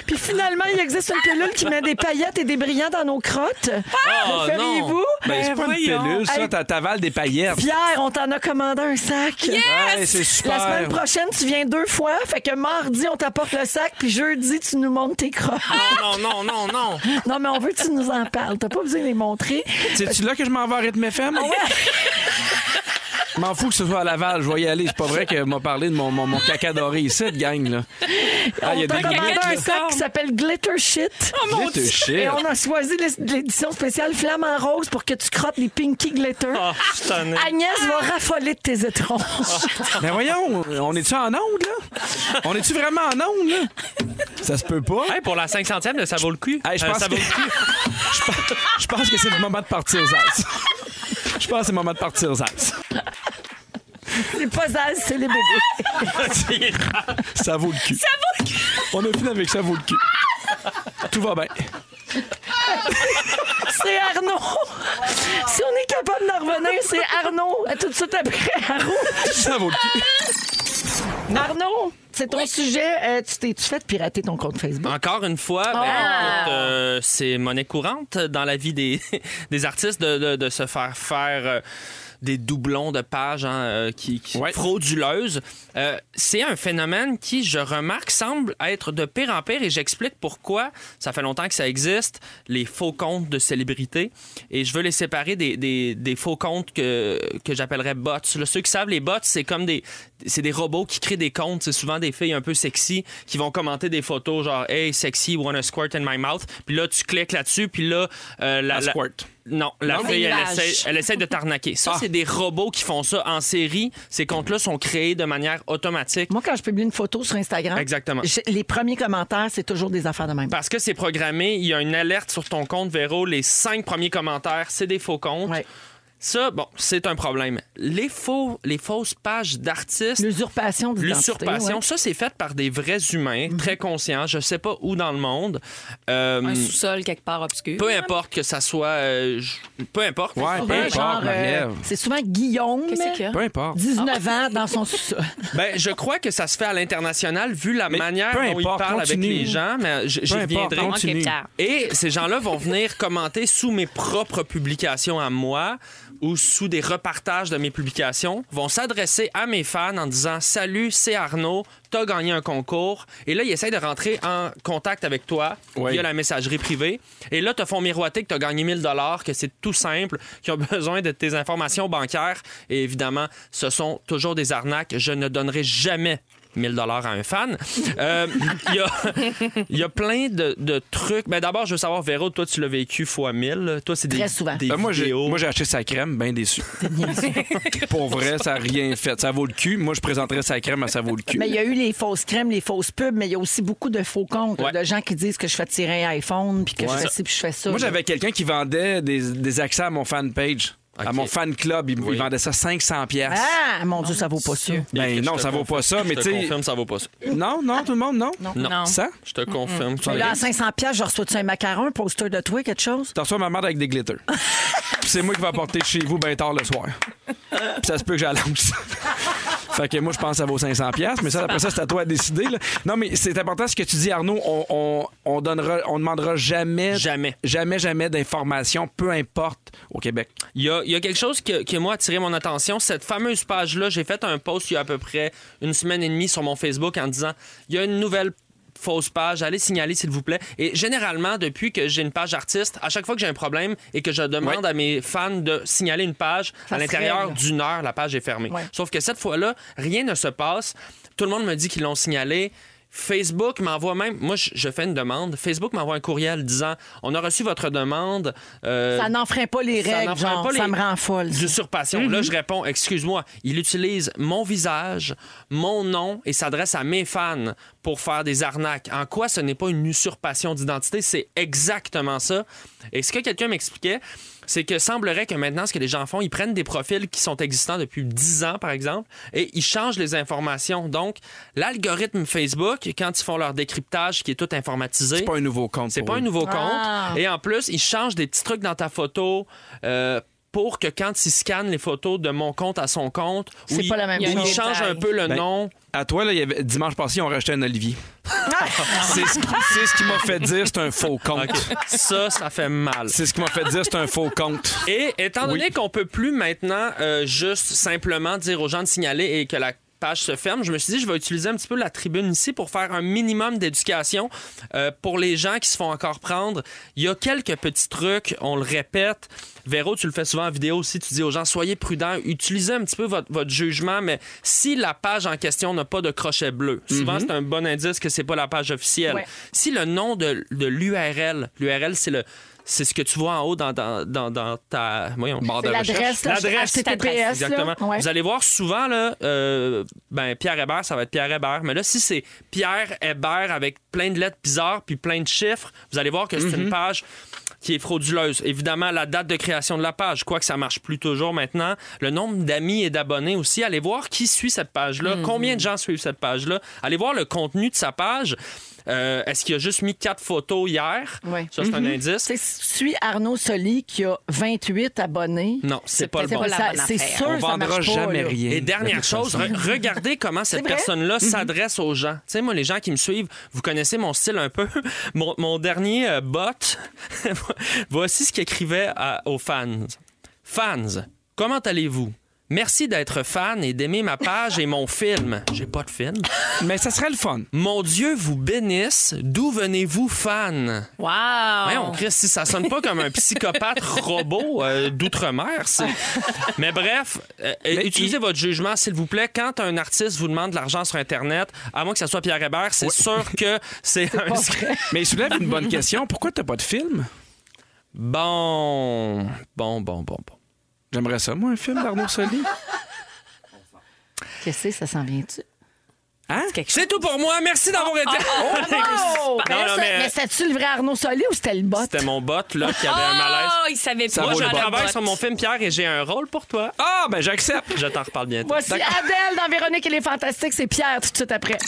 Speaker 2: Puis finalement, il existe une pilule qui met des paillettes et des brillants dans nos crottes.
Speaker 3: Ah,
Speaker 2: Que
Speaker 3: non.
Speaker 2: feriez-vous?
Speaker 1: Ben, c'est pas une pilule, ça.
Speaker 2: Hey.
Speaker 1: T'a- T'avales des paillettes.
Speaker 2: Pierre, on t'en a commandé un sac.
Speaker 1: Ouais, c'est super.
Speaker 2: La semaine prochaine, tu viens deux fois. Fait que mardi, on t'apporte le sac, puis jeudi, tu nous montres tes crottes.
Speaker 3: Non, non, non, non.
Speaker 2: Non, mais on veut que tu nous en parles. T'as pas besoin de les montrer.
Speaker 1: C'est-tu là que je m'en vais à Rythme FM? Je M'en fous que ce soit à Laval, je vais y aller. C'est pas vrai que m'a parlé de mon, mon, mon caca doré ici, de gang, là. Ah, il y
Speaker 2: on
Speaker 1: a
Speaker 2: t'a
Speaker 1: des Oh,
Speaker 2: commandé
Speaker 5: glitters,
Speaker 2: un
Speaker 5: là.
Speaker 2: sac qui s'appelle Glitter Shit.
Speaker 1: glittes de shit.
Speaker 2: Et on a choisi l'é- l'édition spéciale Flamant Rose pour que tu crottes les Pinky Glitter.
Speaker 3: Ah, je suis tanné.
Speaker 2: Agnès va raffoler de tes étrons.
Speaker 1: Mais Ben voyons, on est-tu en onde, là? On est-tu vraiment en onde, là? Ça se peut pas.
Speaker 3: Hey, pour la 500e, là, ça vaut le cul.
Speaker 1: Hey, je
Speaker 3: Euh,
Speaker 1: pense
Speaker 3: ça vaut
Speaker 1: que-
Speaker 3: le cul.
Speaker 1: Je pense, je pense que c'est le moment de partir, Zaz. Je pense que c'est le moment de partir, Zaz.
Speaker 2: c'est pas ça, c'est les bébés.
Speaker 1: Ça vaut le cul. Ça vaut le cul. On a fini avec ça vaut le cul. Tout va bien.
Speaker 2: C'est Arnaud. Si on est capable d'en revenir, c'est Arnaud. À Tout de suite après, Arnaud.
Speaker 1: Ça vaut le cul.
Speaker 2: Arnaud, c'est ton sujet. Euh, tu t'es-tu fait pirater ton compte Facebook?
Speaker 3: Encore une fois, ben,
Speaker 2: Ah.
Speaker 3: écoute, euh, c'est monnaie courante dans la vie des, des artistes de, de- de se faire faire euh, des doublons de pages hein, euh, qui, qui-
Speaker 1: Ouais.
Speaker 3: frauduleuses. Euh, c'est un phénomène qui, je remarque, semble être de pire en pire et j'explique pourquoi. Ça fait longtemps que ça existe, les faux comptes de célébrités. Et je veux les séparer des, des- des faux comptes que, que j'appellerais bots. Là, ceux qui savent, les bots, c'est comme des, c'est des robots qui créent des comptes. C'est souvent des filles un peu sexy qui vont commenter des photos genre Hey, sexy, wanna squirt in my mouth. Puis là, tu cliques là-dessus, puis là, euh, la,
Speaker 1: La
Speaker 3: la-
Speaker 1: squirt.
Speaker 3: non, la
Speaker 5: Non?
Speaker 3: fille, elle
Speaker 5: Des images.
Speaker 3: essaie, elle essaie de t'arnaquer. Ça,
Speaker 1: Ah.
Speaker 3: c'est des robots qui font ça en série. Ces comptes-là sont créés de manière automatique.
Speaker 2: Moi, quand je publie une photo sur Instagram,
Speaker 3: Exactement.
Speaker 2: j'ai- les premiers commentaires, c'est toujours des affaires de même.
Speaker 3: Parce que c'est programmé, il y a une alerte sur ton compte, Véro. Les cinq premiers commentaires, c'est des faux comptes.
Speaker 2: Ouais.
Speaker 3: Ça, bon, c'est un problème. Les, faux, les fausses pages d'artistes,
Speaker 2: L'usurpation d'identité.
Speaker 3: l'usurpation, ça, c'est fait par des vrais humains, très conscients, je sais pas où dans le monde. Euh,
Speaker 5: Un sous-sol quelque part obscur.
Speaker 3: peu importe que ça soit. euh, je- peu importe.
Speaker 1: Ouais, peu
Speaker 2: Ouais, genre,
Speaker 1: importe,
Speaker 2: euh,
Speaker 1: Marie-Ève.
Speaker 2: c'est souvent Guillaume,
Speaker 5: Qu'est-ce qu'il y a?
Speaker 1: Peu
Speaker 2: Ah.
Speaker 1: importe.
Speaker 2: 19 ans, dans son sous-sol.
Speaker 3: Ben, je crois que ça se fait à l'international, vu la
Speaker 1: Mais
Speaker 3: manière
Speaker 1: peu
Speaker 3: dont ils
Speaker 1: importe,
Speaker 3: parlent
Speaker 1: continue.
Speaker 3: avec les gens, mais je- j'y
Speaker 1: Peu importe,
Speaker 3: reviendrai.
Speaker 5: Manque
Speaker 1: continue.
Speaker 5: de terre.
Speaker 3: Et ces gens-là vont venir commenter sous mes propres publications à moi ou sous des repartages de mes publications, vont s'adresser à mes fans en disant Salut, c'est Arnaud, t'as gagné un concours. Et là, ils essayent de rentrer en contact avec toi
Speaker 1: Oui.
Speaker 3: via la messagerie privée. Et là, te font miroiter que t'as gagné 1000 dollars, que c'est tout simple, qu'ils ont besoin de tes informations bancaires. Et évidemment, ce sont toujours des arnaques. Je ne donnerai jamais 1000 dollars à un fan. Euh, Il y a- il y, a plein de, de trucs. Ben, D'abord, je veux savoir, Véro, toi, tu l'as vécu fois 1000. Toi, c'est des,
Speaker 2: Très souvent.
Speaker 3: des
Speaker 1: Euh, moi, j'ai,
Speaker 3: vidéos.
Speaker 1: moi, j'ai acheté sa crème, bien déçu. Pour vrai, ça n'a rien fait. Ça vaut le cul. Moi, je présenterais sa crème à ça vaut le cul.
Speaker 2: Mais il y a eu les fausses crèmes, les fausses pubs, mais il y a aussi beaucoup de faux comptes, là,
Speaker 3: Ouais.
Speaker 2: de gens qui disent que je fais tirer un iPhone, puis que je fais ci, puis je fais ça.
Speaker 1: Moi, j'avais quelqu'un qui vendait des, des accès à mon fan page, à
Speaker 3: Ok.
Speaker 1: mon fan club. Il, il
Speaker 3: Oui.
Speaker 1: vendait ça 500 pièces.
Speaker 2: Ah, mon
Speaker 5: Oh
Speaker 2: Dieu, ça vaut pas ça.
Speaker 3: Je
Speaker 1: Ben
Speaker 3: te
Speaker 1: non, ça vaut
Speaker 3: confirme-
Speaker 1: pas ça, mais
Speaker 3: Je
Speaker 1: tu
Speaker 3: te
Speaker 1: sais.
Speaker 3: confirme, ça vaut pas ça.
Speaker 1: Non, non, tout le monde, non.
Speaker 3: Non.
Speaker 5: Non.
Speaker 1: Ça?
Speaker 3: Je te confirme.
Speaker 2: Mais là, à 500 pièces, je reçois-tu un macaron, un poster de toi, quelque chose?
Speaker 1: T'en reçois ma mère avec des glitters. Puis c'est moi qui vais apporter chez vous bien tard le soir. Puis ça se peut que j'allonge. Fait que moi, je pense que ça vaut 500 pièces, mais ça, après ça, c'est à toi de décider. là. Non, mais c'est important ce que tu dis, Arnaud. On, on, on donnera, on demandera jamais,
Speaker 3: Jamais.
Speaker 1: jamais, jamais d'informations, peu importe, au Québec.
Speaker 3: Il y a, il y a quelque chose que, que moi a attiré mon attention. Cette fameuse page-là, j'ai fait un post il y a à peu près une semaine et demie sur mon Facebook en disant il y a une nouvelle fausse page, allez signaler s'il vous plaît. Et généralement, depuis que j'ai une page artiste, à chaque fois que j'ai un problème et que je demande
Speaker 1: Ouais.
Speaker 3: à mes fans de signaler une page,
Speaker 2: Ça
Speaker 3: à
Speaker 2: se
Speaker 3: l'intérieur
Speaker 2: règle.
Speaker 3: d'une heure, la page est fermée.
Speaker 2: Ouais.
Speaker 3: Sauf que cette fois-là, rien ne se passe. Tout le monde me dit qu'ils l'ont signalé. Facebook m'envoie même, moi je, je fais une demande, Facebook m'envoie un courriel disant on a reçu votre demande. euh,
Speaker 2: Ça n'en ferait pas les
Speaker 3: ça
Speaker 2: règles,
Speaker 3: n'en prend
Speaker 2: genre,
Speaker 3: pas les-
Speaker 2: ça Mm-hmm. me rend folle.
Speaker 3: du surpassion. Là, je réponds, excuse-moi, il utilise mon visage, mon nom et s'adresse à mes fans pour faire des arnaques. En quoi ce n'est pas une usurpation d'identité? C'est exactement ça. Et ce que quelqu'un m'expliquait, c'est que semblerait que maintenant, ce que les gens font, ils prennent des profils qui sont existants depuis 10 ans, par exemple, et ils changent les informations. Donc, l'algorithme Facebook, quand ils font leur décryptage, qui est tout informatisé...
Speaker 1: C'est pas un nouveau compte.
Speaker 3: C'est
Speaker 1: pour
Speaker 3: pas
Speaker 1: eux.
Speaker 3: un nouveau compte.
Speaker 2: Ah.
Speaker 3: Et en plus, ils changent des petits trucs dans ta photo euh, pour que quand ils scannent les photos de mon compte à son compte,
Speaker 2: C'est
Speaker 3: ils-
Speaker 2: pas la même
Speaker 3: où
Speaker 5: chose.
Speaker 3: ils changent un peu le
Speaker 1: Ben,
Speaker 3: nom.
Speaker 1: À toi, là, il y avait- dimanche passé, on rachetait un Olivier. c'est, ce qui, c'est ce qui m'a fait dire c'est un faux compte.
Speaker 3: Ça, ça fait mal.
Speaker 1: C'est ce qui m'a fait dire c'est un faux compte.
Speaker 3: Et étant donné qu'on peut plus maintenant euh, juste simplement dire aux gens de signaler et que la page se ferme, je me suis dit je vais utiliser un petit peu la tribune ici pour faire un minimum d'éducation euh, pour les gens qui se font encore prendre. Il y a quelques petits trucs, on le répète. Véro, tu le fais souvent en vidéo aussi, tu dis aux gens soyez prudents, utilisez un petit peu votre, votre jugement, mais si la page en question n'a pas de crochet bleu, souvent c'est un bon indice que c'est pas la page officielle.
Speaker 2: Ouais.
Speaker 3: Si le nom de, de l'URL, l'URL c'est le c'est ce que tu vois en haut dans, dans, dans, dans ta voyons, barre de
Speaker 2: C'est l'adresse,
Speaker 3: recherche.
Speaker 2: là,
Speaker 3: L'adresse.
Speaker 2: HTTPS. là.
Speaker 3: Exactement.
Speaker 2: Ouais.
Speaker 3: Vous allez voir souvent, là, euh, ben, Pierre Hébert, ça va être Pierre Hébert. Mais là, si c'est Pierre Hébert avec plein de lettres bizarres puis plein de chiffres, vous allez voir que c'est une page qui est frauduleuse. Évidemment, la date de création de la page, quoique ça marche plus toujours maintenant. Le nombre d'amis et d'abonnés aussi. Allez voir qui suit cette page-là,
Speaker 2: Mm-hmm.
Speaker 3: combien de gens suivent cette page-là. Allez voir le contenu de sa page. Euh, Est-ce qu'il a juste mis quatre photos hier?
Speaker 2: Ouais. Mm-hmm.
Speaker 3: Ça, c'est un indice.
Speaker 2: C'est- suis Arnaud Soli qui a 28 abonnés.
Speaker 3: Non, c'est pas le
Speaker 2: C'est
Speaker 3: bon.
Speaker 2: pas
Speaker 5: la
Speaker 2: ça-
Speaker 5: bonne
Speaker 2: C'est
Speaker 5: affaire.
Speaker 2: sûr,
Speaker 1: On
Speaker 2: ça
Speaker 1: vendra
Speaker 2: marche pas,
Speaker 1: jamais
Speaker 2: là.
Speaker 1: rien.
Speaker 3: Et
Speaker 1: de
Speaker 3: dernière
Speaker 1: toute
Speaker 3: chose,
Speaker 1: façon.
Speaker 3: re- regardez comment cette
Speaker 2: vrai?
Speaker 3: personne-là s'adresse aux gens. Tu sais, moi, les gens qui me suivent, vous connaissez mon style un peu. Mon, mon dernier euh, bot, voici ce qu'écrivait à- aux fans. Fans, comment allez-vous? Merci d'être fan et d'aimer ma page et mon film. J'ai pas de film.
Speaker 1: Mais ça serait le fun.
Speaker 3: Mon Dieu vous bénisse. D'où venez-vous, fan?
Speaker 5: Wow!
Speaker 3: Voyons,
Speaker 5: Ah.
Speaker 3: Chris, si ça sonne pas comme un psychopathe robot euh, d'outre-mer, c'est. Mais bref, euh, euh, utilisez votre jugement, s'il vous plaît. Quand un artiste vous demande de l'argent sur Internet, à moins que ça soit Pierre Hébert, c'est sûr que c'est un.
Speaker 1: Mais il soulève une bonne question. Pourquoi t'as pas de film?
Speaker 3: Bon. Bon, bon, bon, bon.
Speaker 1: J'aimerais ça, moi, un film d'Arnaud Soli.
Speaker 2: Qu'est-ce que ça s'en vient-tu?
Speaker 1: Hein?
Speaker 3: C'est tout pour moi. Merci d'avoir été.
Speaker 2: Oh!
Speaker 3: Non,
Speaker 2: mais là,
Speaker 3: non,
Speaker 2: ça-
Speaker 3: mais-
Speaker 2: mais c'était-tu le vrai Arnaud Soli ou c'était le bot?
Speaker 3: C'était mon bot, là, qui avait un malaise.
Speaker 5: Oh, il savait pas.
Speaker 3: Moi,
Speaker 1: vaut
Speaker 3: je
Speaker 1: le bot.
Speaker 3: travaille sur mon film, Pierre, et j'ai un rôle pour toi.
Speaker 1: Ah, ben j'accepte.
Speaker 3: Je t'en reparle bientôt.
Speaker 2: Voici Adèle dans Véronique et les Fantastiques. C'est Pierre tout de suite après.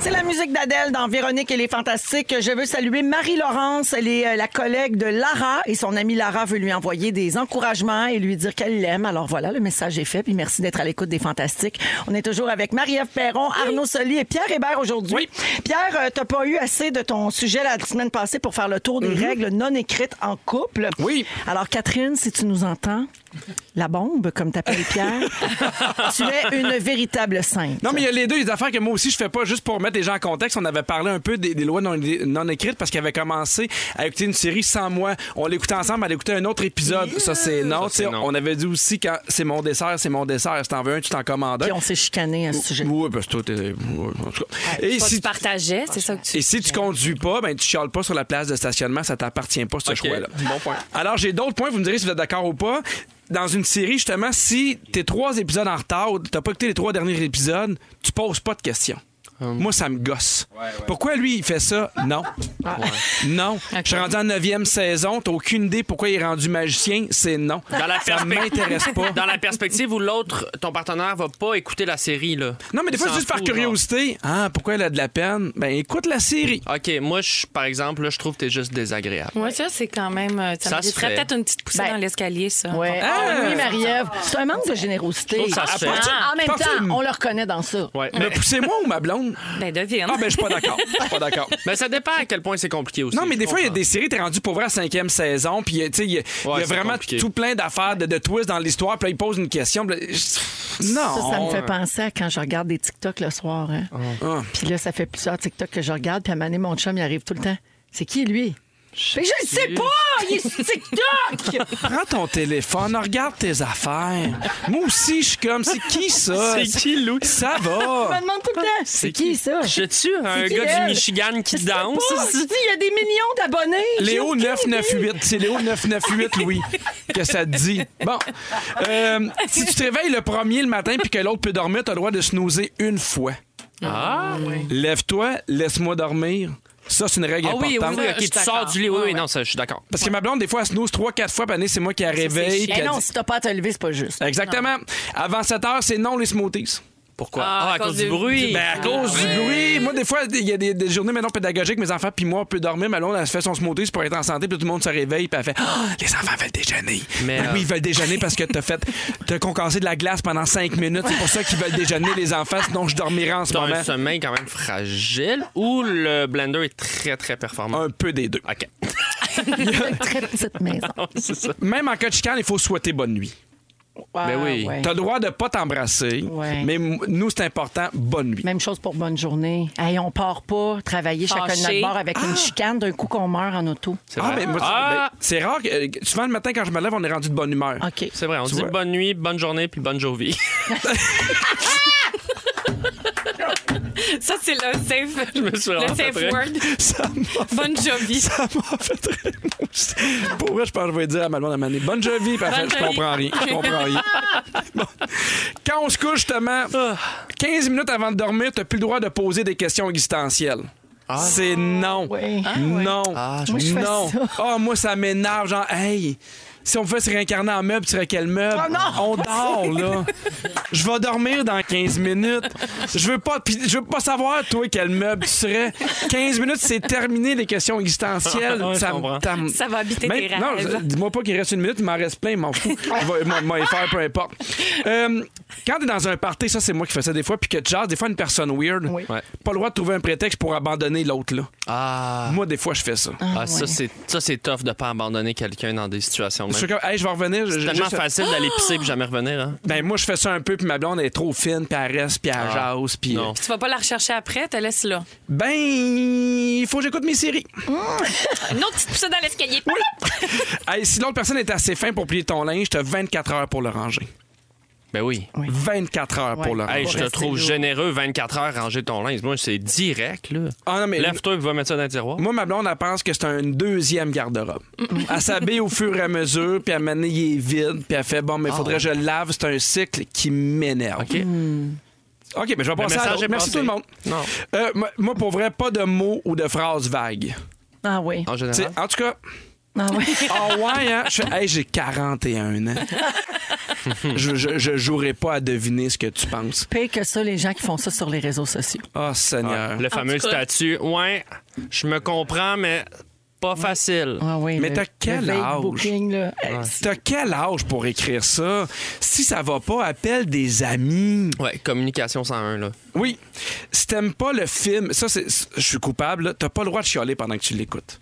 Speaker 2: C'est la musique d'Adèle dans Véronique et les Fantastiques. Je veux saluer Marie-Laurence. Elle est euh, la collègue de Lara et son amie Lara veut lui envoyer des encouragements et lui dire qu'elle l'aime. Alors voilà, le message est fait. Puis merci d'être à l'écoute des Fantastiques. On est toujours avec Marie-Ève Perron, Arnaud Soli et Pierre Hébert aujourd'hui. Pierre, euh, t'as pas eu assez de ton sujet la semaine passée pour faire le tour des règles non écrites en couple.
Speaker 1: Oui.
Speaker 2: Alors, Catherine, si tu nous entends, la bombe, comme t'appelles Pierre, tu es une véritable sainte.
Speaker 1: Non, mais il y a les deux les affaires que moi aussi je fais pas juste pour mettre les gens en contexte. On avait parlé un peu des, des lois non, non écrites parce qu'elle avait commencé à écouter une série sans moi. On l'écoutait ensemble, elle écoutait un autre épisode. Ça, c'est non.
Speaker 3: Ça, c'est
Speaker 1: Tu sais,
Speaker 3: non.
Speaker 1: On avait dit aussi quand c'est mon dessert, c'est mon dessert. Si t'en veux un, tu t'en commandes
Speaker 2: Puis
Speaker 1: un.
Speaker 2: on s'est chicané à ce sujet.
Speaker 1: Oui, parce que toi, t'es. ouais, en tout cas. Et
Speaker 5: Toi,
Speaker 1: si
Speaker 5: tu partageais, c'est ça que tu
Speaker 1: Et si tu conduis pas, ben tu chiales pas sur la place de stationnement, ça t'appartient pas ce
Speaker 3: Ok,
Speaker 1: choix-là.
Speaker 3: bon point.
Speaker 1: Alors j'ai d'autres points, vous me direz si vous êtes d'accord ou pas. Dans une série, justement, si t'es trois épisodes en retard ou t'as pas écouté les trois derniers épisodes, tu poses pas de questions. Moi, ça me gosse. Pourquoi lui, il fait ça? Non. Non. Je suis rendu en neuvième saison, t'as aucune idée pourquoi il est rendu magicien, c'est non.
Speaker 3: Dans la
Speaker 1: ça
Speaker 3: perspec-
Speaker 1: m'intéresse pas.
Speaker 3: Dans la perspective où l'autre, ton partenaire, va pas écouter la série, là.
Speaker 1: Non, mais des
Speaker 3: Il
Speaker 1: fois,
Speaker 3: s'en
Speaker 1: juste par
Speaker 3: fout, genre.
Speaker 1: curiosité. Ah, pourquoi elle a de la peine? Ben, écoute la série.
Speaker 3: OK, moi, je- par exemple, là, je trouve que t'es juste désagréable.
Speaker 5: Moi, ça, c'est quand même. euh,
Speaker 3: Ça
Speaker 5: Ça,
Speaker 3: se fait.
Speaker 5: serait peut-être une petite poussée
Speaker 2: Ben,
Speaker 5: dans l'escalier, ça.
Speaker 2: Ouais. Ah, oui, Marie-Ève. C'est un manque de générosité. Ah,
Speaker 3: Je trouve que ça se fait.
Speaker 2: En même
Speaker 1: Parfait.
Speaker 2: temps, on le reconnaît dans ça.
Speaker 3: Ouais.
Speaker 1: Me poussez-moi ou ma blonde?
Speaker 5: Ben, devine.
Speaker 1: Ah, ben, je suis pas d'accord. Je suis pas d'accord.
Speaker 3: Mais ça dépend à quel point c'est compliqué aussi.
Speaker 1: Non, mais
Speaker 3: je
Speaker 1: des fois, il y a
Speaker 3: comprends.
Speaker 1: des séries, t'es rendu pour vrai à cinquième saison, puis euh, tu sais, il y a, il y a
Speaker 3: Ouais, c'est
Speaker 1: vraiment
Speaker 3: compliqué.
Speaker 1: tout plein d'affaires, de, de twists dans l'histoire, puis là, ils posent une question. puis là, je- non.
Speaker 2: Ça, ça me fait penser à quand je regarde des TikTok le soir. hein. Puis là, ça fait plusieurs TikTok que je regarde. Puis à un moment donné, mon chum, il arrive tout le temps. C'est qui, lui? Mais je le sais pas! Il est sur TikTok!
Speaker 1: Prends ton téléphone, regarde tes affaires. Moi aussi, je suis comme, c'est qui ça?
Speaker 3: C'est qui, Lou?
Speaker 1: Ça
Speaker 2: Je me
Speaker 1: va.
Speaker 2: demande tout le temps. C'est qui, ça?
Speaker 3: Ah, Je tue un
Speaker 2: qui,
Speaker 3: gars
Speaker 2: elle?
Speaker 3: du Michigan qui
Speaker 2: Je sais
Speaker 3: danse.
Speaker 2: pas. Je dis, Il y a des millions d'abonnés. J'ai
Speaker 1: Léo
Speaker 2: aucune idée.
Speaker 1: 998, c'est Léo 998, Louis, que ça te dit. Bon, Euh, si tu te réveilles le premier le matin puis que l'autre peut dormir, t'as le droit de snoozer une fois.
Speaker 3: Ah,
Speaker 1: Lève-toi, laisse-moi dormir. Ça, c'est une règle
Speaker 3: Ah oui, oui,
Speaker 1: importante.
Speaker 3: oui,
Speaker 5: Je
Speaker 3: ok,
Speaker 5: suis
Speaker 3: tu sors
Speaker 5: d'accord.
Speaker 3: du lit. Oui,
Speaker 5: Ouais,
Speaker 3: oui,
Speaker 5: ouais.
Speaker 3: non, ça, je suis d'accord.
Speaker 1: Parce que ma blonde, des fois, elle snooze 3-4 fois, par année, c'est moi qui la réveille.
Speaker 2: Mais
Speaker 1: qui la
Speaker 2: Eh non,
Speaker 1: dit-
Speaker 2: si t'as pas à te lever, c'est pas juste.
Speaker 1: Exactement. Avant 7 heures, c'est non les smoothies.
Speaker 3: Pourquoi?
Speaker 5: Ah,
Speaker 3: Ah, à cause du bruit.
Speaker 1: Ben, à cause du bruit. Moi, des fois, il y a des, des journées maintenant pédagogiques, mes enfants, puis moi, on peut dormir. Ma blonde, elle se fait son smoothie pour être en santé, puis tout le monde se réveille, puis elle fait Ah, les enfants veulent déjeuner.
Speaker 3: Mais,
Speaker 1: Ben oui,
Speaker 3: euh,
Speaker 1: ils veulent déjeuner parce que t'as fait. T'as concassé de la glace pendant 5 minutes. C'est pour ça qu'ils veulent déjeuner, les enfants, sinon je dormirai en ce
Speaker 3: T'as un
Speaker 1: moment.
Speaker 3: sommeil quand même fragile ou le blender est très, très performant?
Speaker 1: Un peu des deux.
Speaker 3: OK.
Speaker 2: Une très petite maison.
Speaker 3: c'est ça.
Speaker 1: Même en cas de chicane, il faut souhaiter bonne nuit.
Speaker 2: Ah,
Speaker 3: oui.
Speaker 2: ouais.
Speaker 1: T'as le droit de pas t'embrasser,
Speaker 2: Ouais.
Speaker 1: mais m- nous, c'est important, bonne nuit.
Speaker 2: Même chose pour bonne journée. Hey, on part pas travailler chacun de notre
Speaker 5: Fâché.
Speaker 2: bord avec une chicane d'un coup qu'on meurt en auto.
Speaker 3: C'est
Speaker 1: Ah,
Speaker 3: vrai.
Speaker 1: mais moi,
Speaker 3: Ah!
Speaker 1: ben, c'est rare. que- euh, souvent, le matin, quand je me lève, on est rendu de bonne humeur.
Speaker 2: OK.
Speaker 3: C'est vrai, on
Speaker 1: Tu
Speaker 3: dit
Speaker 1: vois.
Speaker 3: bonne nuit, bonne journée, puis bonne jovie.
Speaker 5: Ça, c'est le safe,
Speaker 3: me suis
Speaker 5: le
Speaker 3: lancé
Speaker 5: safe
Speaker 3: après.
Speaker 5: word.
Speaker 1: Ça m'a fait-
Speaker 5: Bonne jovie.
Speaker 1: Ça m'a fait très mal aussi. Pour vrai, je pense que je vais dire à ma demande à Mané, bonne jovie, puis elle fait,
Speaker 5: Bonne
Speaker 1: je comprends rien. Je comprends rien. Bon. Quand on se couche, justement, 15 minutes avant de dormir, t'as plus le droit de poser des questions existentielles. C'est non.
Speaker 2: Oui.
Speaker 5: Ah,
Speaker 1: non.
Speaker 2: Moi, je fais
Speaker 1: non.
Speaker 2: ça.
Speaker 1: Ah, moi, ça m'énerve. Genre, hey, Si on pouvait se réincarner en meuble, tu serais quel meuble?
Speaker 5: Ah,
Speaker 1: on dort, là. Je vais dormir dans 15 minutes. Je veux pas, puis je veux pas savoir, toi, quel meuble tu serais. 15 minutes, c'est terminé les questions existentielles.
Speaker 3: Ouais, je
Speaker 1: Ça me
Speaker 3: comprends.
Speaker 1: tame-
Speaker 5: Ça va habiter
Speaker 1: Même-
Speaker 5: tes
Speaker 1: non,
Speaker 5: rêves.
Speaker 1: je- dis-moi pas qu'il reste une minute, il m'en reste plein, il m'en fout. Il va- il va- il va y faire, peu importe. Euh, quand t'es dans un party, ça, c'est moi qui fais ça des fois, puis que tu jases, des fois, une personne weird,
Speaker 2: Oui.
Speaker 3: Ouais.
Speaker 1: pas le droit de trouver un prétexte pour abandonner l'autre, là.
Speaker 3: Ah,
Speaker 1: Moi, des fois, je fais ça.
Speaker 3: ah, ça, c'est, ça, c'est tough de pas abandonner quelqu'un dans des situations.
Speaker 1: Je
Speaker 3: même.
Speaker 1: suis comme, hey, je vais revenir. je-
Speaker 3: C'est
Speaker 1: je-
Speaker 3: tellement
Speaker 1: juste-
Speaker 3: facile d'aller pisser puis jamais revenir. Hein?
Speaker 1: Ben, moi, je fais ça un peu, puis ma blonde elle est trop fine, puis elle reste, puis elle
Speaker 3: Ah.
Speaker 1: jase, puis.
Speaker 3: Non.
Speaker 5: Tu vas pas la rechercher après, te laisse là.
Speaker 1: Ben, il faut que j'écoute mes séries.
Speaker 5: Une autre petite poussée dans l'escalier.
Speaker 1: Hey, si l'autre personne est assez fin pour plier ton linge, t'as 24 heures pour le ranger.
Speaker 3: Ben oui.
Speaker 2: Oui.
Speaker 1: 24 heures pour
Speaker 2: Ouais.
Speaker 1: le ranger.
Speaker 3: Hey, je te
Speaker 2: rester lourd.
Speaker 3: trouve généreux 24 heures ranger ton linge. Moi, c'est direct, là.
Speaker 1: Ah non, mais.
Speaker 3: Lève-toi et va mettre ça dans le tiroir.
Speaker 1: Moi, ma blonde, elle pense que c'est une deuxième garde-robe. elle s'habille au fur et à mesure, puis à un moment donné, il est vide, puis elle fait Bon,
Speaker 2: Ah,
Speaker 1: mais il faudrait que je le lave. C'est un cycle qui m'énerve.
Speaker 3: OK?
Speaker 2: Hmm.
Speaker 1: OK, mais je vais passer à
Speaker 3: message
Speaker 1: l'autre.
Speaker 3: est
Speaker 1: Merci tout
Speaker 3: passé.
Speaker 1: le monde.
Speaker 3: Non.
Speaker 1: Euh, moi- moi, pour vrai, pas de mots ou de phrases vagues.
Speaker 2: Ah oui.
Speaker 3: En
Speaker 1: Tu sais,
Speaker 3: général.
Speaker 1: en tout cas,
Speaker 2: Ah oui.
Speaker 1: ah ouais, hein? Je fais, Hey, j'ai 41 ans. je, je, je jouerai pas à deviner ce que tu penses.
Speaker 2: Pire que ça, les gens qui font ça sur les réseaux sociaux.
Speaker 1: Oh,
Speaker 3: Ah,
Speaker 1: Seigneur.
Speaker 3: le fameux
Speaker 5: tout cas-
Speaker 3: statut. Ouais, je me comprends, mais pas facile.
Speaker 2: Ah oui.
Speaker 1: Mais
Speaker 2: le-
Speaker 1: t'as quel
Speaker 2: le fake
Speaker 1: âge?
Speaker 2: booking, là.
Speaker 1: T'as quel âge pour écrire ça? Si ça va pas, appelle des amis.
Speaker 3: Ouais, communication 101, là.
Speaker 1: Oui. Si t'aimes pas le film, ça, c'est, je suis coupable, là, t'as pas le droit de chialer pendant que tu l'écoutes.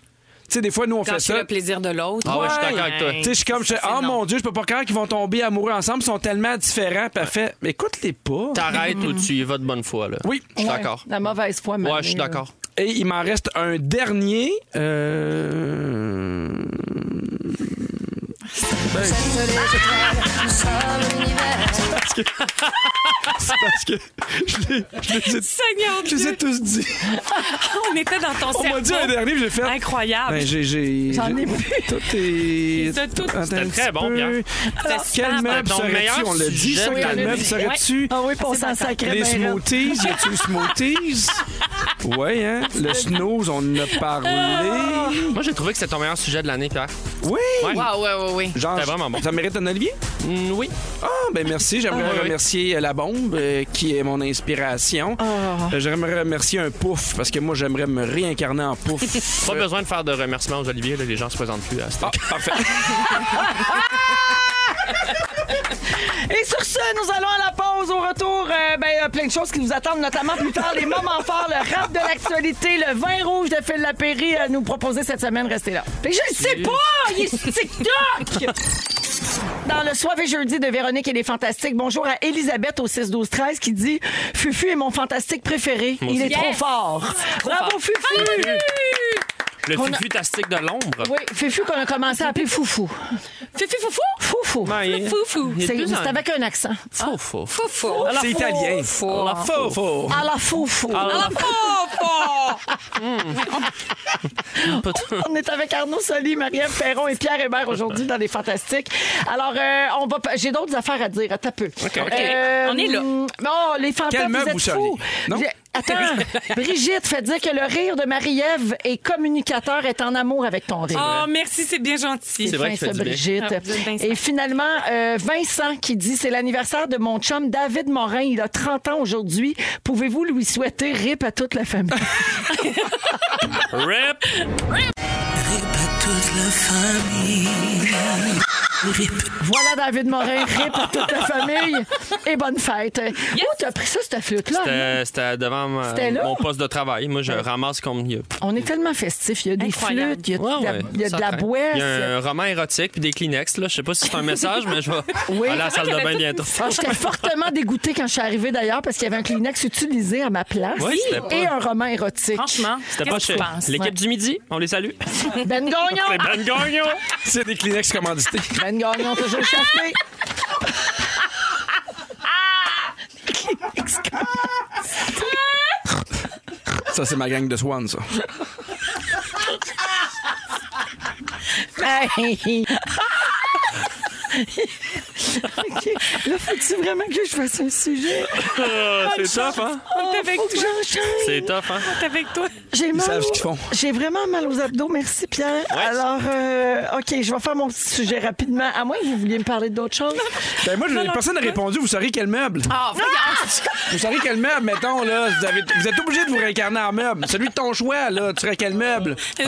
Speaker 1: Tu sais, des fois, nous, on
Speaker 5: Quand
Speaker 1: fait
Speaker 5: tu
Speaker 1: ça.
Speaker 5: le plaisir de l'autre.
Speaker 3: Ah ouais, je suis d'accord avec toi.
Speaker 1: Tu sais, je suis comme, je fais,
Speaker 5: Ça, c'est
Speaker 1: oh
Speaker 5: non.
Speaker 1: mon Dieu, je peux pas croire qu'ils vont tomber amoureux ensemble, ils sont tellement différents. Parfait. Mais écoute-les pas.
Speaker 3: T'arrêtes ou tu y vas de bonne foi, là.
Speaker 1: Oui.
Speaker 3: Je suis
Speaker 2: Ouais, euh,
Speaker 3: d'accord.
Speaker 2: La mauvaise foi,
Speaker 3: Ouais, je suis
Speaker 2: manée, là.
Speaker 3: d'accord.
Speaker 1: Et il m'en reste un dernier. Euh... C'est parce que je les- je les ai-
Speaker 5: Seigneur
Speaker 1: je les ai
Speaker 5: Dieu,
Speaker 1: tous dit.
Speaker 5: on était dans ton
Speaker 1: On m'a dit un
Speaker 5: cerveau.
Speaker 1: dernier, puis j'ai fait.
Speaker 5: Incroyable.
Speaker 1: Ben, j'ai, j'ai,
Speaker 2: J'en ai
Speaker 1: j'ai- Tout est.
Speaker 5: Ils ont tout-
Speaker 1: Attends
Speaker 3: C'était
Speaker 1: un
Speaker 3: très
Speaker 1: petit
Speaker 3: bon,
Speaker 1: peu.
Speaker 3: Pierre.
Speaker 1: Alors, Quel
Speaker 5: super,
Speaker 1: meuble
Speaker 3: ton
Speaker 1: serais-tu?
Speaker 3: meilleur
Speaker 1: On l'a dit,
Speaker 3: sujet
Speaker 1: ça.
Speaker 3: qu'on
Speaker 1: Quel
Speaker 3: a
Speaker 1: meuble
Speaker 3: eu.
Speaker 1: serais-tu?
Speaker 3: Oh,
Speaker 2: Ah oui, pour s'en sacrer.
Speaker 1: Les
Speaker 2: ben, là.
Speaker 1: smoothies, y a-tu le smoothies? Ouais, hein? Le snooze, on en a parlé.
Speaker 3: Moi, j'ai trouvé que c'était ton meilleur sujet de l'année, Pierre.
Speaker 1: Oui!
Speaker 3: Ah. Ouais.
Speaker 5: Wow, ouais, ouais, ouais.
Speaker 1: Genre,
Speaker 3: C'était vraiment bon.
Speaker 1: Ça mérite un Olivier?
Speaker 3: Mm, oui.
Speaker 1: Ah, ben merci. J'aimerais
Speaker 3: Ah, oui, oui.
Speaker 1: remercier euh, La Bombe, euh, qui est mon inspiration. Euh, J'aimerais remercier un pouf, parce que moi, j'aimerais me réincarner en pouf.
Speaker 3: Pas besoin de faire de remerciements aux Olivier, là, les gens se présentent plus à cette
Speaker 1: Ah, parfait.
Speaker 2: Et sur ce, nous allons à la pause. Au retour, euh, ben, euh, plein de choses qui nous attendent, notamment plus tard les moments forts, le rap de l'actualité, le vin rouge de Phil Lapéry à nous proposer cette semaine. Restez là. Mais je le sais pas! Il est sur TikTok! Dans le soir et jeudi de Véronique et les Fantastiques, bonjour à Elisabeth au 6 12 13 qui dit Fufu est mon fantastique préféré. Il est
Speaker 5: aussi.
Speaker 2: trop
Speaker 5: Yes! Ah,
Speaker 2: fort. Bravo
Speaker 3: fort.
Speaker 2: Fufu!
Speaker 3: Le
Speaker 2: On a-
Speaker 3: fufu tastique de l'ombre.
Speaker 2: Oui, Fufu qu'on a commencé à appeler Foufou.
Speaker 5: Fufu, foufou.
Speaker 2: Foufou.
Speaker 3: Mais-
Speaker 5: Foufou.
Speaker 3: Il y a de
Speaker 2: C'est
Speaker 3: plus en-
Speaker 2: c'est avec un accent.
Speaker 3: Faux, Oh, faux.
Speaker 5: Foufou.
Speaker 1: C'est italien.
Speaker 5: Foufou.
Speaker 1: Faux, faux.
Speaker 2: À la Foufou.
Speaker 3: Pas tout.
Speaker 2: On est avec Arnaud Soli, Marie-Ève Perron et Pierre Hébert aujourd'hui dans les Fantastiques. Alors, euh, on va. pa- J'ai d'autres affaires à dire. Attends un peu. Euh,
Speaker 5: On est là.
Speaker 2: Non, les
Speaker 1: Quel
Speaker 2: fantasmes,
Speaker 1: meuble
Speaker 2: vous
Speaker 1: vous
Speaker 2: êtes fous.
Speaker 1: seriez? Non?
Speaker 2: J'ai- Attends, Brigitte fait dire que le rire de Marie-Ève est communicateur, est en amour avec ton rire.
Speaker 5: Oh, merci, c'est bien gentil.
Speaker 3: C'est vrai qu'il
Speaker 2: Fin,
Speaker 3: fait
Speaker 2: ça,
Speaker 3: du bien.
Speaker 2: Brigitte.
Speaker 5: Ah, vous êtes Vincent.
Speaker 2: Et finalement, euh, Vincent qui dit c'est l'anniversaire de mon chum David Morin. Il a 30 ans aujourd'hui. Pouvez-vous lui souhaiter rip à toute la famille?
Speaker 3: Rip!
Speaker 2: Voilà David Morin, rip à toute la famille et bonne fête. Où t'as pris ça, cette flûte-là? Arnaud?
Speaker 3: C'était- euh, C'était devant ma-
Speaker 2: C'était là?
Speaker 3: mon poste de travail. Moi, je ramasse comme il y a.
Speaker 2: On est tellement festif. Il y a des
Speaker 5: Incroyable.
Speaker 2: flûtes, il y a, de
Speaker 3: Ouais,
Speaker 2: la-
Speaker 3: ouais.
Speaker 2: il y a de
Speaker 3: Ça
Speaker 2: la
Speaker 3: traîne. Il y
Speaker 2: boisse.
Speaker 3: a un roman érotique puis des Kleenex. Là. Je sais pas si c'est un message, mais je vais
Speaker 2: Oui.
Speaker 3: aller à la salle de bain bientôt.
Speaker 2: Ah, J'étais fortement dégoûtée quand je suis arrivée d'ailleurs parce qu'il y avait un Kleenex utilisé à ma place
Speaker 3: Oui, c'était pas- Ah.
Speaker 2: et un roman érotique.
Speaker 5: Franchement,
Speaker 3: C'était pas
Speaker 5: qu'est-ce que
Speaker 3: cher.
Speaker 5: tu penses?
Speaker 3: L'équipe
Speaker 2: Ouais.
Speaker 3: du midi, on les salue.
Speaker 2: Ben Gagnon!
Speaker 3: Ben Gagnon!
Speaker 1: C'est des Kleenex commandités.
Speaker 2: Ben Gagnon, toujours chassé.
Speaker 1: Ça, c'est ma gang de Swan, ça.
Speaker 2: Hey. OK. Là, faut-tu vraiment que je fasse un sujet? Ah,
Speaker 3: c'est tough, hein?
Speaker 2: Oh, faut que j'enchaîne.
Speaker 3: C'est tough, hein?
Speaker 5: avec toi.
Speaker 2: j'ai mal.
Speaker 1: savent ce
Speaker 2: au-
Speaker 1: qu'ils font.
Speaker 2: J'ai vraiment mal aux abdos. Merci, Pierre. Alors, euh, OK, je vais faire mon petit sujet rapidement. À moins que vous vouliez me parler d'autre chose.
Speaker 1: Ben moi, je- personne n'a répondu. Vous saurez quel meuble.
Speaker 5: Ah, voyons.
Speaker 1: Vous saurez quel meuble, mettons, là. Vous, avez- vous êtes obligé de vous réincarner en meuble. Celui de ton choix, là. Tu serais quel meuble?
Speaker 5: une
Speaker 3: Euh,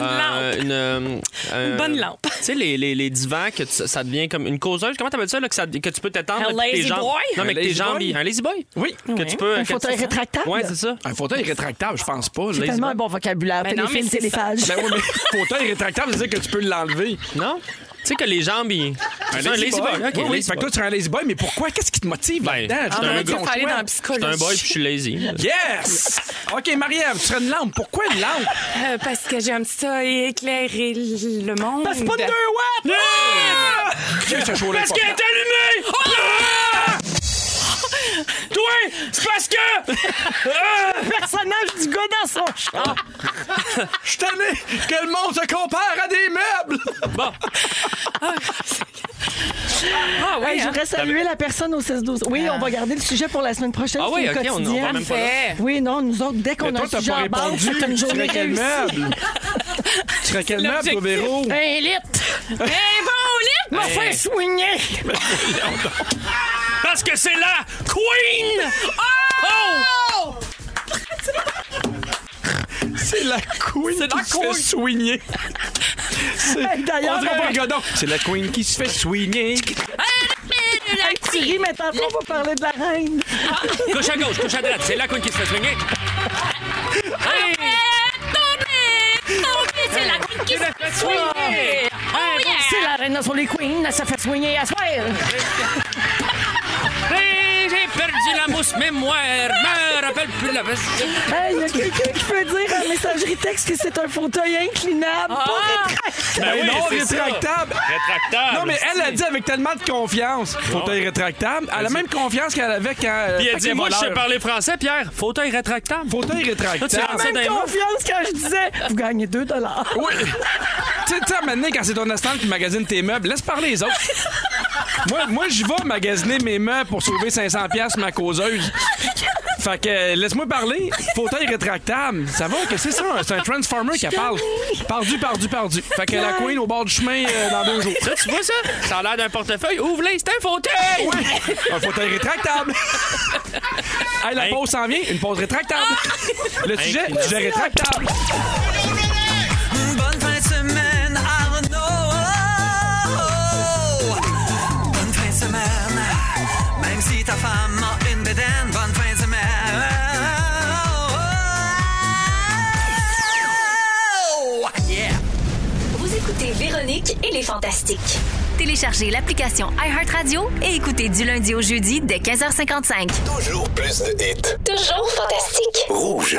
Speaker 5: lampe.
Speaker 3: une, euh, euh,
Speaker 5: bonne lampe.
Speaker 3: Tu sais, les, les, les divans, que tu- ça devient comme une causeuse. Comment t'appelles ça, là, que, ça- que tu peux t'étendre?
Speaker 5: Un
Speaker 3: avec tes
Speaker 5: lazy
Speaker 3: jambes.
Speaker 5: boy?
Speaker 3: Non, mais
Speaker 1: Un
Speaker 3: que tes
Speaker 1: lazy
Speaker 3: jambes.
Speaker 1: boy?
Speaker 3: Un lazy boy? Ah,
Speaker 1: Oui.
Speaker 3: Que tu peux.
Speaker 2: Un fauteuil rétractable?
Speaker 3: Oui, c'est ça.
Speaker 1: Un fauteuil rétractable, je pense pas.
Speaker 2: C'est
Speaker 1: là.
Speaker 2: tellement un bon vocabulaire.
Speaker 5: Ben non,
Speaker 2: téléphile,
Speaker 5: mais c'est
Speaker 2: téléphage.
Speaker 1: Ben oui, mais fauteuil rétractable, c'est-à-dire que tu peux l'enlever.
Speaker 3: Non? Tu sais que les jambes, ils. C'est ça, un lazy boy. Ok,
Speaker 1: oui, oui.
Speaker 3: lazy
Speaker 1: Fait que
Speaker 3: boy.
Speaker 1: toi, tu serais un lazy boy, mais pourquoi? Qu'est-ce qui te motive
Speaker 3: Ben,
Speaker 1: là-dedans?
Speaker 3: je
Speaker 1: Tu
Speaker 3: suis
Speaker 1: as
Speaker 3: un
Speaker 5: gars,
Speaker 1: bon
Speaker 5: faut aller
Speaker 1: choix.
Speaker 5: dans la
Speaker 3: Je suis un boy puis je suis lazy.
Speaker 1: Yes! OK, Marie-Ève, tu serais une lampe. Pourquoi une lampe?
Speaker 5: Euh, parce que j'aime ça éclairer le monde.
Speaker 1: Passe
Speaker 3: Ben-
Speaker 1: pas de 2 watts! Ah! Dieu, ce show-là est pas plat.
Speaker 3: allumée!
Speaker 1: Toi, c'est parce que
Speaker 2: Personnage du gars dans son chat.
Speaker 1: je suis tanné que le monde se compare à des meubles.
Speaker 5: Ah ouais,
Speaker 2: Hey, je
Speaker 5: hein?
Speaker 2: voudrais saluer la personne au 16-12. Oui, on va garder le sujet pour la semaine prochaine.
Speaker 3: Ah
Speaker 2: c'est
Speaker 3: oui,
Speaker 2: le
Speaker 3: ok, on- on
Speaker 2: quotidien.
Speaker 3: va même pas là.
Speaker 5: Fait.
Speaker 2: Oui, non, nous autres, dès
Speaker 1: Mais
Speaker 2: qu'on a
Speaker 1: toi,
Speaker 2: un
Speaker 1: t'as
Speaker 2: sujet
Speaker 1: pas
Speaker 2: en base,
Speaker 1: répondu.
Speaker 2: c'est une
Speaker 1: Tu
Speaker 2: journée
Speaker 1: serais quel
Speaker 2: réussie.
Speaker 1: meuble? Tu serais quel meuble, toi, Véro?
Speaker 2: Un élite!
Speaker 5: Eh, bon,
Speaker 2: M'a fait soigner!
Speaker 3: Parce que c'est la Queen!
Speaker 1: C'est la queen
Speaker 5: la
Speaker 1: qui se fait
Speaker 5: queen.
Speaker 1: soigner.
Speaker 2: D'ailleurs,
Speaker 1: On dirait
Speaker 2: euh,
Speaker 1: pas un godon. C'est la queen qui se fait soigner.
Speaker 2: Hey, tu ris, mais tantôt, on va parler de la reine.
Speaker 3: Couche à gauche, couche à droite, c'est la Queen qui se fait swinguer.
Speaker 9: C'est la queen qui se fait soigner. Oh yeah!
Speaker 2: C'est la reine sur les queens, elle se fait soigner à soir.
Speaker 3: Hey, J'ai perdu la mousse mémoire, me rappelle plus la
Speaker 2: Hey, il y a quelqu'un qui peut dire à messagerie texte que c'est un fauteuil inclinable. Pas rétractable.
Speaker 1: Ben
Speaker 3: oui,
Speaker 1: non,
Speaker 3: c'est ça. Ah,
Speaker 1: rétractable.
Speaker 3: Rétractable.
Speaker 1: Non, mais elle a dit avec tellement de confiance. Fauteuil rétractable. Elle a la même confiance qu'elle avait quand. euh,
Speaker 3: Puis elle
Speaker 1: fait
Speaker 3: dit,
Speaker 1: que
Speaker 3: moi, je sais
Speaker 1: voleur.
Speaker 3: parler français, Pierre. Fauteuil rétractable.
Speaker 1: Fauteuil
Speaker 3: Toi, tu
Speaker 1: rétractable.
Speaker 3: l'as
Speaker 2: Même confiance quand je disais, vous gagnez 2 dollars.
Speaker 1: Oui. tu sais, tu sais, maintenant, quand c'est ton instant qui magasine tes meubles, laisse parler les autres. moi, moi j'y vais magasiner mes meubles pour sauver 500$ piastres ma causeuse. Fait que euh, laisse-moi parler. Fauteuil rétractable. Ça va? Qu'est-ce que c'est ça? C'est un Transformer qui parle. Pardu, pardu, pardu. Fait que la Queen au bord du chemin euh, dans deux jours.
Speaker 3: Ça, tu vois ça? Ça a l'air d'un portefeuille. Ouvre-le, c'est un fauteuil!
Speaker 1: Oui! Un fauteuil Ah, rétractable! hey, la
Speaker 3: Hey.
Speaker 1: pause s'en vient, une pause rétractable! Le sujet,
Speaker 3: Incroyable.
Speaker 1: sujet rétractable!
Speaker 8: Bonne fin de semaine, Arnaud. Bonne fin de semaine. Même si ta femme a une bédaine, bonne fin de semaine. Yeah.
Speaker 9: Vous écoutez Véronique et les Fantastiques. Téléchargez l'application iHeartRadio et écoutez du lundi au jeudi dès 15h55.
Speaker 7: Toujours plus de hits.
Speaker 9: Toujours fantastique.
Speaker 7: Rouge.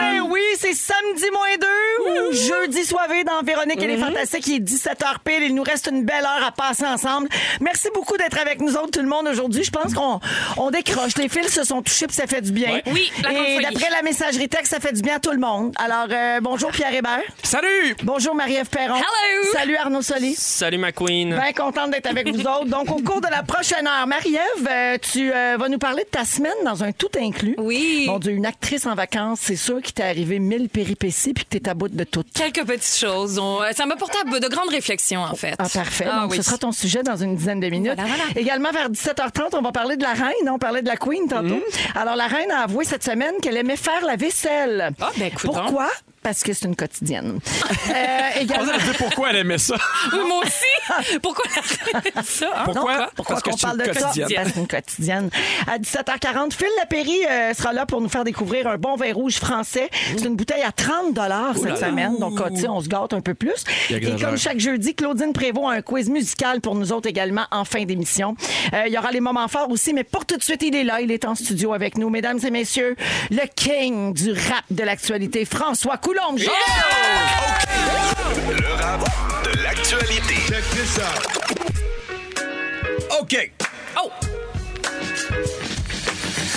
Speaker 2: Ben oui, c'est samedi moins 2 ou jeudi soirée dans Véronique et les Fantastiques. Il est 17h pile. Il nous reste une belle heure à passer ensemble. Merci beaucoup d'être avec nous autres, tout le monde, aujourd'hui. Je pense qu'on on décroche. Les fils se sont touchés puis ça fait du bien.
Speaker 5: Oui, la
Speaker 2: Et
Speaker 5: confrérie.
Speaker 2: d'après la messagerie texte, ça fait du bien à tout le monde. Alors, euh, bonjour Pierre Hébert.
Speaker 1: Salut!
Speaker 2: Bonjour Marie-Ève Perron.
Speaker 5: Hello.
Speaker 2: Salut Arnaud Solis.
Speaker 3: Salut, ma Queen.
Speaker 2: Bien contente d'être avec vous autres. Donc, au cours de la prochaine heure, Marie-Ève, euh, tu euh, vas nous parler de ta semaine dans un tout inclus.
Speaker 5: Oui.
Speaker 2: Mon Dieu, une actrice en vacances, c'est sûr qu'il t'est arrivé mille péripéties puis que t'es à bout de tout.
Speaker 5: Quelques petites choses. On- euh, Ça m'a porté à b- de grandes réflexions, en fait.
Speaker 2: Ah, parfait.
Speaker 5: Ah
Speaker 2: Donc,
Speaker 5: oui.
Speaker 2: ce sera ton sujet dans une dizaine de minutes.
Speaker 5: Voilà, voilà.
Speaker 2: Également, vers 17h30, on va parler de la reine. On parlait de la queen tantôt.
Speaker 5: Mm-hmm.
Speaker 2: Alors, la reine a avoué cette semaine qu'elle aimait faire la vaisselle.
Speaker 5: Ah, ben, coudonc.
Speaker 2: Pourquoi? Parce que c'est une quotidienne. Euh,
Speaker 1: On
Speaker 2: également-
Speaker 1: dirait que je sais pourquoi elle aimait ça.
Speaker 5: Oui, Euh, moi aussi. Pourquoi la ça? hein?
Speaker 1: Pourquoi?
Speaker 2: Non, pourquoi
Speaker 1: Parce que
Speaker 2: qu'on
Speaker 1: c'est une
Speaker 2: parle de
Speaker 1: quotidienne.
Speaker 2: ça? Parce que c'est une quotidienne. À 17h40, Phil Lapéry euh, sera là pour nous faire découvrir un bon vin rouge français. C'est une bouteille à 30 cette semaine. Donc, euh, tu sais, on se gâte un peu plus.
Speaker 1: Il
Speaker 2: Et
Speaker 1: exagère.
Speaker 2: comme chaque jeudi, Claudine Prévost a un quiz musical pour nous autres également en fin d'émission. Euh, il y aura les moments forts aussi, mais pour tout de suite, il est là. Il est en studio avec nous. Mesdames et messieurs, le king du rap de l'actualité, François Coulombe.
Speaker 7: Le rap de l'actualité.
Speaker 8: OK.
Speaker 5: Oh!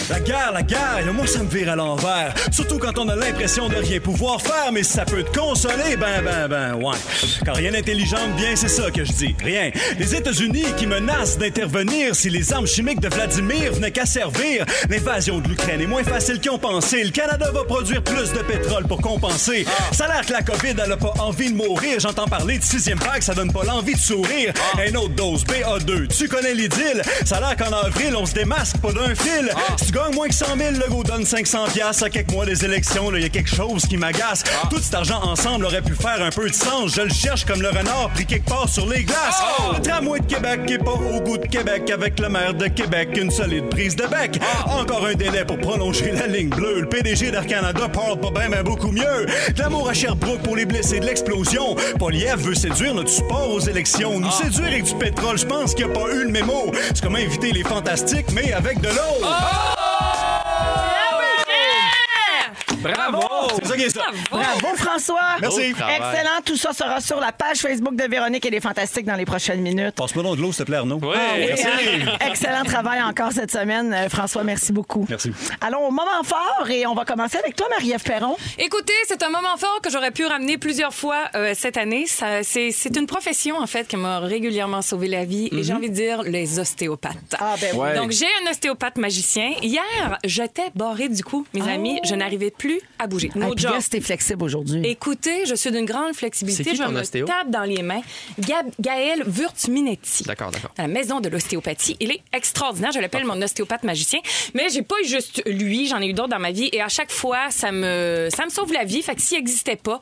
Speaker 10: La guerre, la guerre, le mot ça me vire à l'envers. Surtout quand on a l'impression de rien pouvoir faire, mais ça peut te consoler, ben, ben, ben, ouais. Quand rien d'intelligent bien, c'est ça que je dis, rien. Les États-Unis qui menacent d'intervenir si les armes chimiques de Vladimir venaient qu'à servir. L'invasion de l'Ukraine est moins facile qu'on pensait. Le Canada va produire plus de pétrole pour compenser. Ça a l'air que la COVID, elle a pas envie de mourir. J'entends parler de sixième vague, ça donne pas l'envie de sourire. Une autre dose, BA2, tu connais les deals. Ça a l'air qu'en avril, on se démasque pas d'un fil. Si tu gagnes moins que 100 000, le go donne 500 piastres. À quelques mois des élections, il y a quelque chose qui m'agace. Tout cet argent ensemble aurait pu faire un peu de sens. Je le cherche comme le renard pris quelque part sur les glaces. Le tramway de Québec est pas au goût de Québec. Avec le maire de Québec, une solide prise de bec. Encore un délai pour prolonger la ligne bleue. Le PDG d'Air Canada parle pas bien, mais beaucoup mieux. De l'amour à Sherbrooke pour les blessés de l'explosion. Poliev veut séduire notre support aux élections. Nous séduire avec du pétrole, je pense qu'il n'y a pas eu le mémo. C'est comme inviter les fantastiques, mais avec de l'eau.
Speaker 1: Bravo!
Speaker 10: C'est ça qui est ça.
Speaker 2: Bravo, François.
Speaker 10: Merci.
Speaker 2: Excellent. Tout ça sera sur la page Facebook de Véronique et les Fantastiques dans les prochaines minutes.
Speaker 10: Passe-moi donc de l'eau, s'il te plaît, Arnaud. Oui,
Speaker 3: Ah
Speaker 2: Et, euh, excellent travail encore cette semaine. Euh, François, merci beaucoup.
Speaker 10: Merci.
Speaker 2: Allons au moment fort et on va commencer avec toi, Marie-Ève Perron.
Speaker 5: Écoutez, c'est un moment fort que j'aurais pu ramener plusieurs fois euh, cette année. Ça, c'est, c'est une profession, en fait, qui m'a régulièrement sauvé la vie. Et j'ai envie de dire les ostéopathes.
Speaker 2: Mhm. Ah, ben oui.
Speaker 1: Ouais.
Speaker 5: Donc, j'ai un ostéopathe magicien. Hier, j'étais barrée du cou, mes amis. Je n'arrivais plus à bouger. No
Speaker 2: Oh. Hey, puis
Speaker 5: joke.
Speaker 2: là, c'était flexible aujourd'hui.
Speaker 5: Écoutez, je suis d'une grande flexibilité.
Speaker 3: Mm. C'est qui
Speaker 5: je
Speaker 3: ton
Speaker 5: me
Speaker 3: ostéo?
Speaker 5: tape dans les mains. Gab Gaël Wurtminetti.
Speaker 3: D'accord, d'accord.
Speaker 5: À la maison de l'ostéopathie. Il est extraordinaire. Je l'appelle mon ostéopathe magicien. Mais j'ai pas eu juste lui. J'en ai eu d'autres dans ma vie. Et à chaque fois, ça me, ça me sauve la vie. Fait que s'il n'existait pas,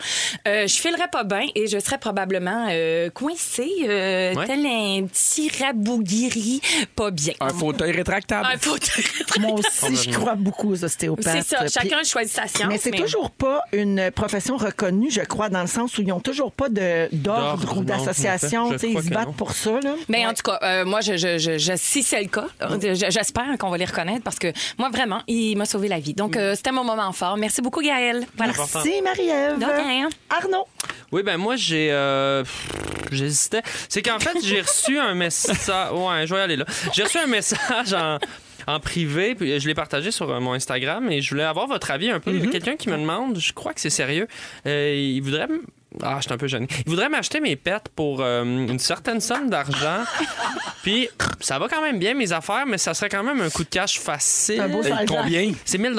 Speaker 5: euh, je filerais pas bien et je serais probablement euh, coincée, euh,
Speaker 3: Ouais.
Speaker 5: tel un petit rabouguiri pas bien.
Speaker 1: Un fauteuil rétractable.
Speaker 5: Un fauteuil.
Speaker 2: Moi aussi, je crois beaucoup aux ostéopathes.
Speaker 5: C'est ça.
Speaker 2: Puis-
Speaker 5: Chacun choisit sa science.
Speaker 2: Mais c'est toujours pas une profession reconnue, je crois, dans le sens où ils n'ont toujours pas de- d'ordre
Speaker 3: D'ordre,
Speaker 2: ou
Speaker 3: non,
Speaker 2: d'association.
Speaker 3: en
Speaker 2: Tu
Speaker 3: fait.
Speaker 2: sais,
Speaker 3: Je
Speaker 2: Ils
Speaker 3: crois
Speaker 2: se
Speaker 3: que
Speaker 2: battent
Speaker 3: non.
Speaker 2: pour ça. Là.
Speaker 5: Mais en tout cas, euh, moi, je, je, je, je- si c'est le cas,
Speaker 3: Mm.
Speaker 5: euh, je- j'espère qu'on va les reconnaître parce que moi, vraiment, il m'a sauvé la vie. Donc,
Speaker 3: Mm.
Speaker 5: euh, c'était mon moment fort. Merci beaucoup, Gaël. Voilà.
Speaker 2: Merci, Marie-Ève.
Speaker 5: De rien.
Speaker 2: Arnaud.
Speaker 3: Oui, ben moi, j'ai. euh, pff, J'hésitais. C'est qu'en fait, j'ai reçu un message. Ouais, je vais y aller là. J'ai reçu un message en. En privé, puis je l'ai partagé sur euh, mon Instagram et je voulais avoir votre avis un peu.
Speaker 2: Mm-hmm.
Speaker 3: Il y a Quelqu'un qui me demande, je crois que c'est sérieux, euh, il voudrait. m- Ah, je suis un peu gêné. Il voudrait m'acheter mes pets pour euh, une certaine somme d'argent. puis ça va quand même bien, mes affaires, mais ça serait quand même un coup de cash facile.
Speaker 2: Un beau
Speaker 3: Euh,
Speaker 2: salgent.
Speaker 1: Combien?
Speaker 3: C'est 1000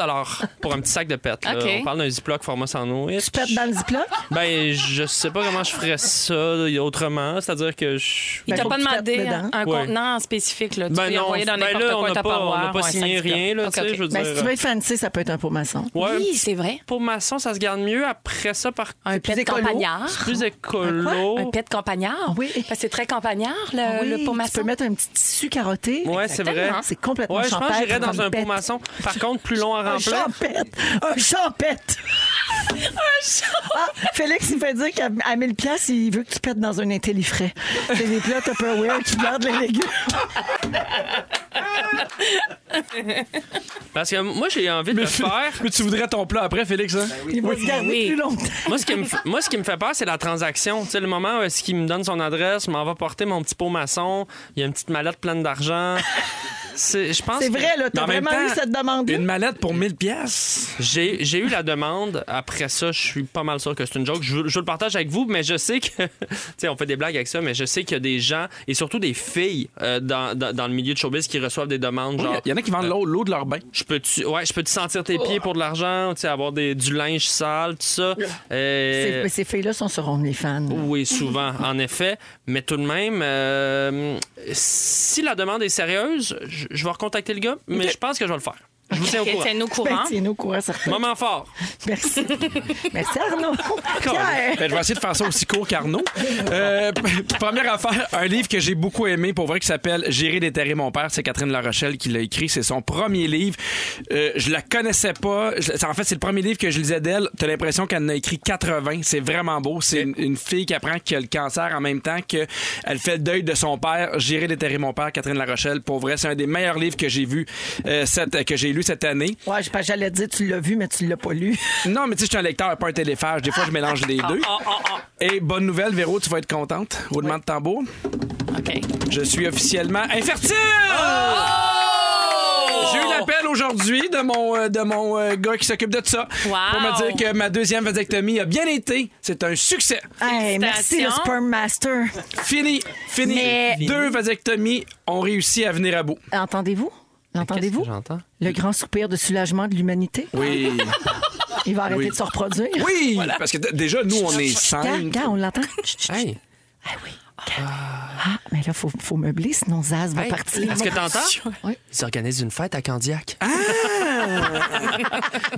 Speaker 3: pour un petit sac de pets. là.
Speaker 5: OK.
Speaker 3: On parle d'un Ziploc format sandwich.
Speaker 2: Tu pètes dans le ziploc?
Speaker 3: Ben, je sais pas comment je ferais ça autrement. C'est-à-dire que je.
Speaker 5: Il
Speaker 2: Ben,
Speaker 5: t'a
Speaker 2: faut
Speaker 5: pas
Speaker 2: que tu
Speaker 5: demandé
Speaker 2: tapes dedans.
Speaker 5: un
Speaker 3: Ouais.
Speaker 5: contenant spécifique. Là. Tu
Speaker 3: Ben
Speaker 5: peux y
Speaker 3: non,
Speaker 5: envoyer dans
Speaker 3: ben
Speaker 5: n'importe
Speaker 3: là,
Speaker 5: quoi
Speaker 3: on n'a
Speaker 5: ta
Speaker 3: pas- on
Speaker 5: paroi,
Speaker 3: n'a pas
Speaker 5: ouais,
Speaker 3: signé
Speaker 5: cinq diplômes.
Speaker 3: rien, là,
Speaker 5: OK,
Speaker 3: tu sais,
Speaker 5: OK.
Speaker 3: je veux
Speaker 2: Ben, si tu
Speaker 3: dire.
Speaker 2: veux être fancy, ça peut être un pot
Speaker 5: Euh,
Speaker 2: maçon.
Speaker 3: Ouais,
Speaker 5: Oui, c'est vrai.
Speaker 3: Pour maçon, ça se garde mieux. Après ça, par
Speaker 5: Un
Speaker 2: Plus
Speaker 5: pet
Speaker 2: écolo.
Speaker 5: campagnard.
Speaker 3: c'est plus écolo.
Speaker 5: Un pet campagnard.
Speaker 2: Oui.
Speaker 5: Parce que c'est très campagnard, le,
Speaker 2: Ah Oui,
Speaker 5: le pot
Speaker 2: tu peux
Speaker 5: maçon.
Speaker 2: mettre un petit tissu carotté.
Speaker 3: Ouais, c'est vrai.
Speaker 2: Exactement. C'est complètement
Speaker 3: Ouais, je pense que j'irais
Speaker 2: champêtre
Speaker 3: dans
Speaker 2: comme
Speaker 3: un pot
Speaker 2: pet.
Speaker 3: maçon. Par contre, plus long à
Speaker 2: Un
Speaker 3: remplir.
Speaker 2: champette! Un champette! Ah, Félix, il fait dire qu'à à 1000 pièces, il veut que tu pètes dans un intellifrais. C'est des plats Tupperware qui gardent les légumes.
Speaker 3: Parce que moi, j'ai envie de le faire.
Speaker 1: Mais tu voudrais ton plat après, Félix? Hein?
Speaker 2: Il va se garder
Speaker 5: Ah Oui.
Speaker 2: plus longtemps.
Speaker 3: Moi ce, qui me, f- moi, ce qui me fait peur, c'est la transaction. Tu sais, le moment où est-ce qu'il me donne son adresse, je m'en va porter mon petit pot maçon, il y a une petite mallette pleine d'argent. C'est je pense
Speaker 2: C'est
Speaker 3: que-
Speaker 2: vrai, là. T'as
Speaker 1: en même
Speaker 2: vraiment eu
Speaker 1: temps,
Speaker 2: cette demande-là?
Speaker 1: Une mallette pour 1000 pièces.
Speaker 3: J'ai j'ai eu la demande. Après ça, je suis pas mal sûr que c'est une joke. Je, je le partage avec vous, mais je sais que. tu sais, on fait des blagues avec ça, mais je sais qu'il y a des gens, et surtout des filles euh, dans, dans, dans le milieu de showbiz qui reçoivent des demandes
Speaker 1: Il
Speaker 3: genre.
Speaker 1: y en a qui vendent l'eau, l'eau de leur bain.
Speaker 3: Je peux-tu ouais, je peux te sentir tes
Speaker 2: Oh.
Speaker 3: pieds pour de l'argent, tu sais, avoir des, du linge sale, tout ça.
Speaker 2: C'est-
Speaker 3: Euh,
Speaker 2: mais ces filles-là sont sur OnlyFans.
Speaker 3: oui, souvent, en effet. Mais tout de même, euh, si la demande est sérieuse, je, je vais recontacter le gars, mais je pense que je vais le faire. Je vous tiens au courant.
Speaker 5: Tiens-nous au
Speaker 2: Ben,
Speaker 5: courant.
Speaker 2: tiens-nous au courant, certain.
Speaker 3: Moment fort.
Speaker 2: Merci. Merci, Arnaud. Pierre.
Speaker 1: Ben, je vais essayer de faire ça aussi court qu'Arnaud. Euh, p- première affaire, un livre que j'ai beaucoup aimé, pour vrai, qui s'appelle Gérer, déterrer mon père. C'est Catherine Larochelle qui l'a écrit. C'est son premier livre. Euh, je la connaissais pas. Je- c'est- en fait, c'est le premier livre que je lisais d'elle. T'as l'impression qu'elle en a écrit 80. C'est vraiment beau. C'est une, une fille qui apprend qu'elle a le cancer en même temps qu'elle fait le deuil de son père. Gérer, déterrer mon père, Catherine Larochelle. Pour vrai, c'est un des meilleurs livres que j'ai vu, euh, cette, que j'ai lu cette année.
Speaker 2: Ouais, je pense que j'allais te dire, tu l'as vu, mais tu l'as pas lu.
Speaker 1: Non, mais tu sais, je suis un lecteur, pas un téléphage. Des fois, je mélange les
Speaker 2: Ah,
Speaker 1: deux. Et bonne nouvelle, Véro, tu vas être contente. Roulement de tambour.
Speaker 5: OK.
Speaker 2: Oh!
Speaker 1: Je suis officiellement infertile! J'ai eu l'appel aujourd'hui de mon, euh, de mon euh, gars qui s'occupe de ça pour me dire que ma deuxième vasectomie a bien été. C'est un succès.
Speaker 2: Hey, merci, le Sperm Master.
Speaker 1: Fini, fini.
Speaker 2: Mais-
Speaker 1: Deux vasectomies ont réussi à venir à bout.
Speaker 2: Entendez-vous? L'entendez-vous?
Speaker 3: J'entends.
Speaker 2: Le grand soupir de soulagement de l'humanité.
Speaker 1: Oui.
Speaker 2: Il va arrêter
Speaker 1: Ah Oui.
Speaker 2: de se reproduire.
Speaker 1: Oui, parce que d- déjà, nous, on est
Speaker 2: Regarde,
Speaker 1: cinq.
Speaker 2: regarde, on l'entend. Chut, chut, chut.
Speaker 3: Hey.
Speaker 2: Ah, mais là, faut, faut meubler, sinon Zaz va
Speaker 3: Hey,
Speaker 2: partir.
Speaker 3: Est-ce que t'entends?
Speaker 2: Oui.
Speaker 3: Ils organisent une fête à Candiac.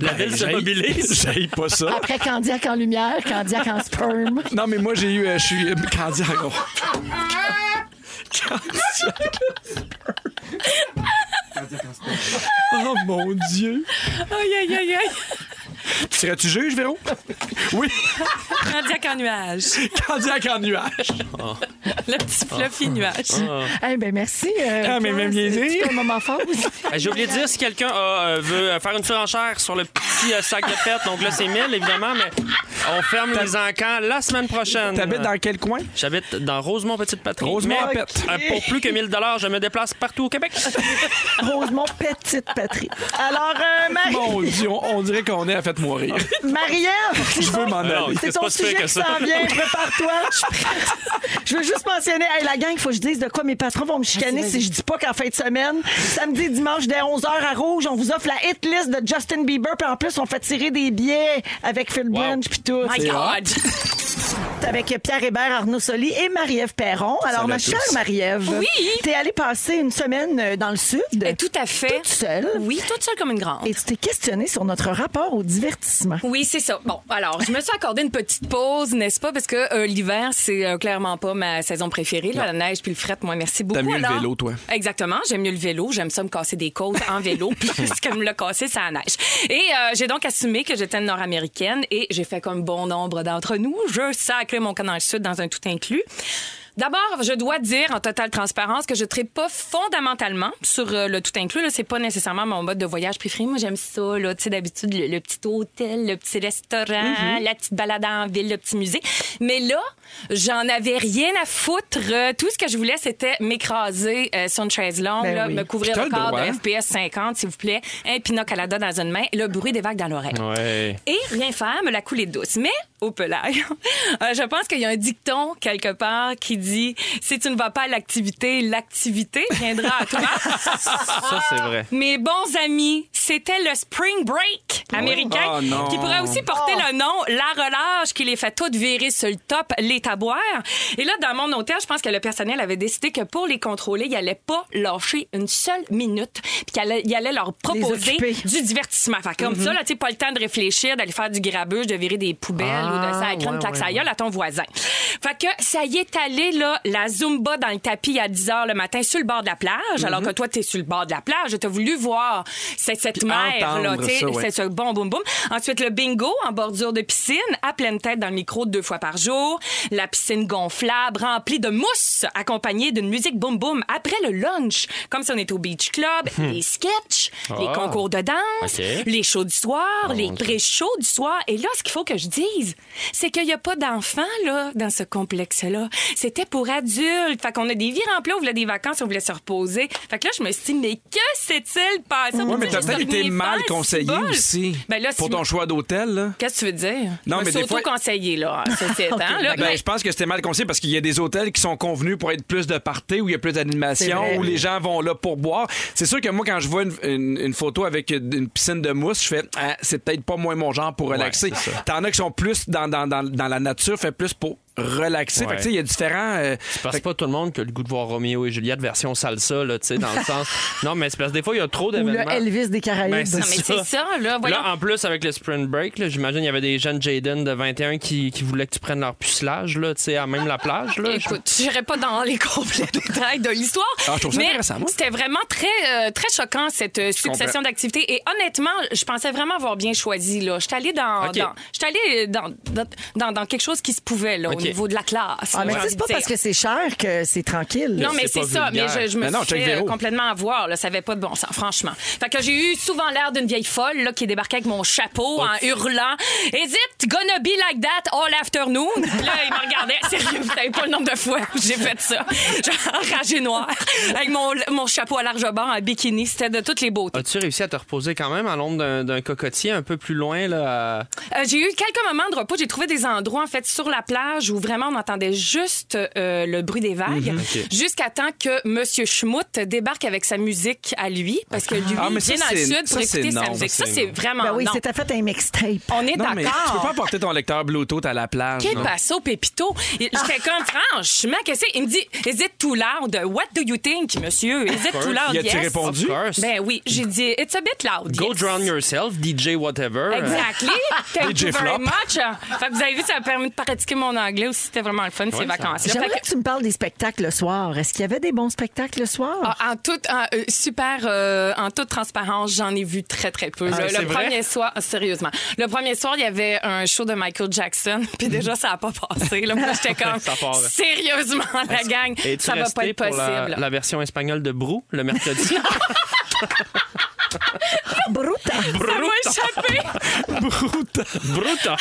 Speaker 3: La ville se
Speaker 1: J'haïs-
Speaker 3: mobilise.
Speaker 1: j'haïs pas ça.
Speaker 2: Après Candiac en lumière, Candiac en sperme.
Speaker 1: Non, mais moi, j'ai eu. euh, Je suis. euh, Candiac. oh. Candiac. Oh mon Dieu!
Speaker 5: Aïe, aïe, aïe, aïe.
Speaker 1: Serais-tu juge, Véro? Oui,
Speaker 5: Candiac en nuage.
Speaker 1: Candiac en nuage!
Speaker 5: Le petit
Speaker 3: Ah.
Speaker 5: fluffy nuage.
Speaker 2: Eh ben merci. euh,
Speaker 1: Ah, mais
Speaker 2: Pierre,
Speaker 1: même bien
Speaker 2: c'est-
Speaker 1: dit.
Speaker 2: c'est un moment fort. aussi.
Speaker 3: Euh, J'ai oublié de dire si quelqu'un a, euh, veut euh, faire une surenchère sur le petit euh, sac de fête. Donc là, c'est 1000, évidemment, mais on ferme les encans la semaine prochaine.
Speaker 1: T'habites dans quel coin?
Speaker 3: J'habite dans Rosemont, petite patrie.
Speaker 1: Rosemont à
Speaker 3: mais,
Speaker 1: Pète.
Speaker 3: euh, pour plus que 1000 je me déplace partout au Québec.
Speaker 2: Rosemont, petite patrie. Alors, euh, Marie-
Speaker 1: Mon Dieu, on, on dirait qu'on est à fête mourir.
Speaker 2: Marie-Ève, c'est
Speaker 1: Je veux
Speaker 2: ton-
Speaker 1: m'en aller.
Speaker 2: c'est
Speaker 3: c'est
Speaker 2: ton
Speaker 3: pas si
Speaker 2: sujet
Speaker 3: pire
Speaker 2: qui
Speaker 3: que ça.
Speaker 2: s'en vient. Prépare-toi. Je suis prête. Je veux juste mentionner, hey, la gang, il faut que je dise de quoi mes patrons vont me chicaner si je dis pas qu'en fin de semaine, samedi, dimanche, dès 11h à Rouge, on vous offre la hit list de Justin Bieber. Puis en plus, on fait tirer des billets avec Phil Branch puis tout.
Speaker 5: My
Speaker 2: C'est
Speaker 5: God.
Speaker 2: avec Pierre Hébert, Arnaud Soli et Marie-Ève Perron. Alors, ma chère Marie-Ève,
Speaker 5: Oui.
Speaker 2: t'es allée passer une semaine euh, dans le Sud.
Speaker 5: Et Eh, tout à fait.
Speaker 2: Toute seule.
Speaker 5: Oui, toute seule comme une grande.
Speaker 2: Et tu t'es questionnée sur notre rapport au divertissement.
Speaker 5: Oui, c'est ça. Bon, alors, je me suis accordé une petite pause, n'est-ce pas? Parce que euh, l'hiver, c'est euh, clairement pas ma saison préférée. là, la neige puis le fret, moi, merci beaucoup.
Speaker 1: mieux le
Speaker 5: Alors-
Speaker 1: vélo, toi.
Speaker 5: Exactement. J'aime mieux le vélo. J'aime ça me casser des côtes en vélo plus que me le casser ça la neige. Et euh, j'ai donc assumé que j'étais une nord-américaine et j'ai fait comme bon nombre d'entre nous. Je sacré mon camp dans le sud dans un tout inclus. D'abord, je dois dire en totale transparence que je ne pas fondamentalement sur euh, le tout inclus. Ce n'est pas nécessairement mon mode de voyage préféré. Moi, j'aime ça. là. Tu sais, D'habitude, le, le petit hôtel, le petit restaurant, la petite balade en ville, le petit musée. Mais là, j'en avais rien à foutre. Euh, Tout ce que je voulais, c'était m'écraser euh, sur une chaise longue,
Speaker 2: Ben
Speaker 5: là,
Speaker 2: oui.
Speaker 5: me couvrir
Speaker 1: Puis
Speaker 5: le
Speaker 1: t'as le
Speaker 5: corps de
Speaker 1: droit.
Speaker 5: FPS 50, s'il vous plaît, un Pinot Calada dans une main, le bruit des vagues dans l'oreille
Speaker 3: Ouais.
Speaker 5: et rien faire, me la couler douce. Mais, au pelail, euh, je pense qu'il y a un dicton quelque part qui dit si tu ne vas pas à l'activité, l'activité viendra à toi.
Speaker 3: Ah, Ça, c'est vrai.
Speaker 5: Mes bons amis, c'était le Spring Break américain
Speaker 1: Oh non. Oh.
Speaker 5: qui pourrait aussi porter le nom La Relâche qui les fait toutes virer sur le top, les taboires. Et là, dans mon hôtel, je pense que le personnel avait décidé que pour les contrôler, il allait pas lâcher une seule minute, puis qu'il allait, il allait leur proposer
Speaker 2: occuper.
Speaker 5: du divertissement. Fait que comme
Speaker 1: Mm-hmm.
Speaker 5: ça, là, tu sais, pas le temps de réfléchir, d'aller faire du grabuge, de virer des poubelles
Speaker 1: Ah,
Speaker 5: ou de ça crème claque sa gueule à ton voisin. Fait que ça y est allé, là, la Zumba dans le tapis à 10 h le matin sur le bord de la plage,
Speaker 1: Mm-hmm.
Speaker 5: alors que toi, t'es sur le bord de la plage. T'as voulu voir cette, cette mer, là,
Speaker 1: entendre
Speaker 5: tu sais,
Speaker 1: ça, ouais.
Speaker 5: cette- ce boum, boum, boum. Ensuite, le bingo en bordure de piscine, à pleine tête dans le micro deux fois par jour. La piscine gonflable, remplie de mousse, accompagnée d'une musique boum, boum. Après le lunch, comme si on était au Beach Club, les sketchs, les
Speaker 3: Hmm. Ah.
Speaker 5: concours de danse,
Speaker 3: OK. Ah,
Speaker 5: les shows du soir, les
Speaker 3: mon
Speaker 5: pré-shows du soir. Et là, ce qu'il faut que je dise, c'est qu'il n'y a pas d'enfants, là, dans ce complexe-là. C'était pour adultes. Fait qu'on a des vies remplies, on voulait des vacances, on voulait se reposer. Fait que là, je me suis dit, mais que s'est-il passé?
Speaker 1: Oui, mais t'as
Speaker 5: Juste
Speaker 1: peut-être été
Speaker 5: revenir
Speaker 1: mal
Speaker 5: Mmh. faire,
Speaker 1: conseillé
Speaker 5: c'est-bol.
Speaker 1: aussi.
Speaker 5: Ben là, si
Speaker 1: pour ton choix d'hôtel, là.
Speaker 5: Qu'est-ce que tu veux dire?
Speaker 1: Non,
Speaker 5: Je me
Speaker 1: mais
Speaker 5: suis
Speaker 1: des fois-
Speaker 5: auto-conseillé, là, en société. hein, là,
Speaker 1: Ben,
Speaker 5: mais-
Speaker 1: je pense que c'était mal conseillé parce qu'il y a des hôtels qui sont convenus pour être plus de parties, où il y a plus d'animation,
Speaker 2: C'est vrai.
Speaker 1: où les gens vont là pour boire. C'est sûr que moi, quand je vois une, une- une photo avec une une piscine de mousse, je fais Ah, c'est peut-être pas moins mon genre pour relaxer. T'en as qui sont plus dans, dans- dans- dans la nature, fait plus pour relaxer. Fait que,
Speaker 3: Ouais.
Speaker 1: tu sais, il y a différents. euh,
Speaker 3: Parce que pas tout le monde qui a le goût de voir Roméo et Juliette version salsa, là, tu sais, dans le sens. Non, mais c'est parce que des fois, il y a trop
Speaker 2: Ou le
Speaker 3: d'événements.
Speaker 2: Elvis des Caraïbes.
Speaker 3: Ben,
Speaker 5: Non, mais c'est ça, là, voyons.
Speaker 3: Là, en plus, avec le sprint break, là, j'imagine il y avait des jeunes Jaden de 21 qui, qui voulaient que tu prennes leur pucelage, là, tu sais, à même la plage, là.
Speaker 5: Écoute, j'irai pas dans les complets détails de l'histoire.
Speaker 1: Ah, je trouve ça
Speaker 5: mais
Speaker 1: intéressant, moi.
Speaker 5: C'était vraiment très, euh, très choquant, cette euh, succession d'activités. Et honnêtement, je pensais vraiment avoir bien choisi, là. J'étais allée dans,
Speaker 3: OK.
Speaker 5: dans, j'étais allée dans, dans, dans- dans quelque chose qui se pouvait, là,
Speaker 3: OK,
Speaker 5: au niveau de la classe.
Speaker 2: Ah, mais tu
Speaker 5: j'ai
Speaker 2: sais,
Speaker 5: envie
Speaker 2: c'est
Speaker 5: de
Speaker 2: pas
Speaker 5: dire.
Speaker 2: parce que c'est cher que c'est tranquille.
Speaker 5: Non, mais c'est ça. Mais je, je me
Speaker 1: Mais non,
Speaker 5: suis
Speaker 1: check
Speaker 5: fait,
Speaker 1: Véro.
Speaker 5: euh, complètement avoir. Là, ça n'avait pas de bon sens, franchement. Fait que j'ai eu souvent l'air d'une vieille folle là, qui débarquait avec mon chapeau en hurlant « Is it gonna be like that all afternoon? » Là, il me regardait. Sérieux, vous savez pas le nombre de fois où j'ai fait ça. J'ai enragé noir avec mon, mon chapeau à large bord en bikini. C'était de toutes les beautés.
Speaker 3: As-tu réussi à te reposer quand même à l'ombre d'un- d'un cocotier un peu plus loin? Là, à-
Speaker 5: Euh, j'ai eu quelques moments de repos. J'ai trouvé des endroits, en fait, sur la plage où vraiment on entendait juste euh, le bruit des
Speaker 1: Mhm.
Speaker 5: vagues.
Speaker 3: OK.
Speaker 5: Jusqu'à temps que Monsieur Schmout débarque avec sa musique à lui. Parce que lui,
Speaker 1: Ah, mais ça,
Speaker 5: vient dans le
Speaker 1: c'est-
Speaker 5: sud
Speaker 1: ça,
Speaker 5: pour écouter
Speaker 1: c'est
Speaker 5: sa
Speaker 1: non,
Speaker 5: musique.
Speaker 1: ça,
Speaker 5: Ça,
Speaker 1: c'est
Speaker 5: c'est
Speaker 1: non.
Speaker 5: vraiment
Speaker 2: Ben oui,
Speaker 5: non.
Speaker 2: c'était fait un mixtape.
Speaker 5: On est
Speaker 1: Non, mais tu peux pas
Speaker 5: d'accord.
Speaker 1: apporter ton lecteur Bluetooth à la plage.
Speaker 5: Quel
Speaker 1: non?
Speaker 5: passo, Pépito? Il-
Speaker 2: Ah.
Speaker 5: J'étais comme, franchement, qu'est-ce que c'est? Il me dit, is it too loud? What do you think, monsieur? Is it too loud?
Speaker 1: Y a-tu
Speaker 5: Yes.
Speaker 1: répondu?
Speaker 5: Ben oui, j'ai dit, it's a bit loud.
Speaker 3: Go
Speaker 5: yes.
Speaker 3: drown yourself, DJ whatever.
Speaker 5: Exactly. Thank
Speaker 1: DJ
Speaker 5: you very
Speaker 1: Flop.
Speaker 5: much. hein. Fait que vous avez vu, ça a permis de pratiquer mon anglais aussi. C'était vraiment le fun, ces vacances-là.
Speaker 2: J'aimerais
Speaker 5: Fait
Speaker 2: que tu me parles des spectacles le soir. Est-ce qu'il y avait des bons spectacles le soir?
Speaker 5: que, ah, en toute en, euh, super euh, en toute transparence, j'en ai vu très très peu. le le premier soir, ah, sérieusement, le premier soir, il y avait un show de Michael Jackson, puis déjà ça a pas passé. Là, moi j'étais comme
Speaker 3: Ça part.
Speaker 5: sérieusement la gang,
Speaker 3: Es-tu
Speaker 5: ça va pas
Speaker 3: resté
Speaker 5: être
Speaker 3: pour la-
Speaker 5: possible.
Speaker 3: La, version espagnole de Brou le mercredi.
Speaker 2: Brutal.
Speaker 5: Ça m'a échappé.
Speaker 3: Bruta. Bruta.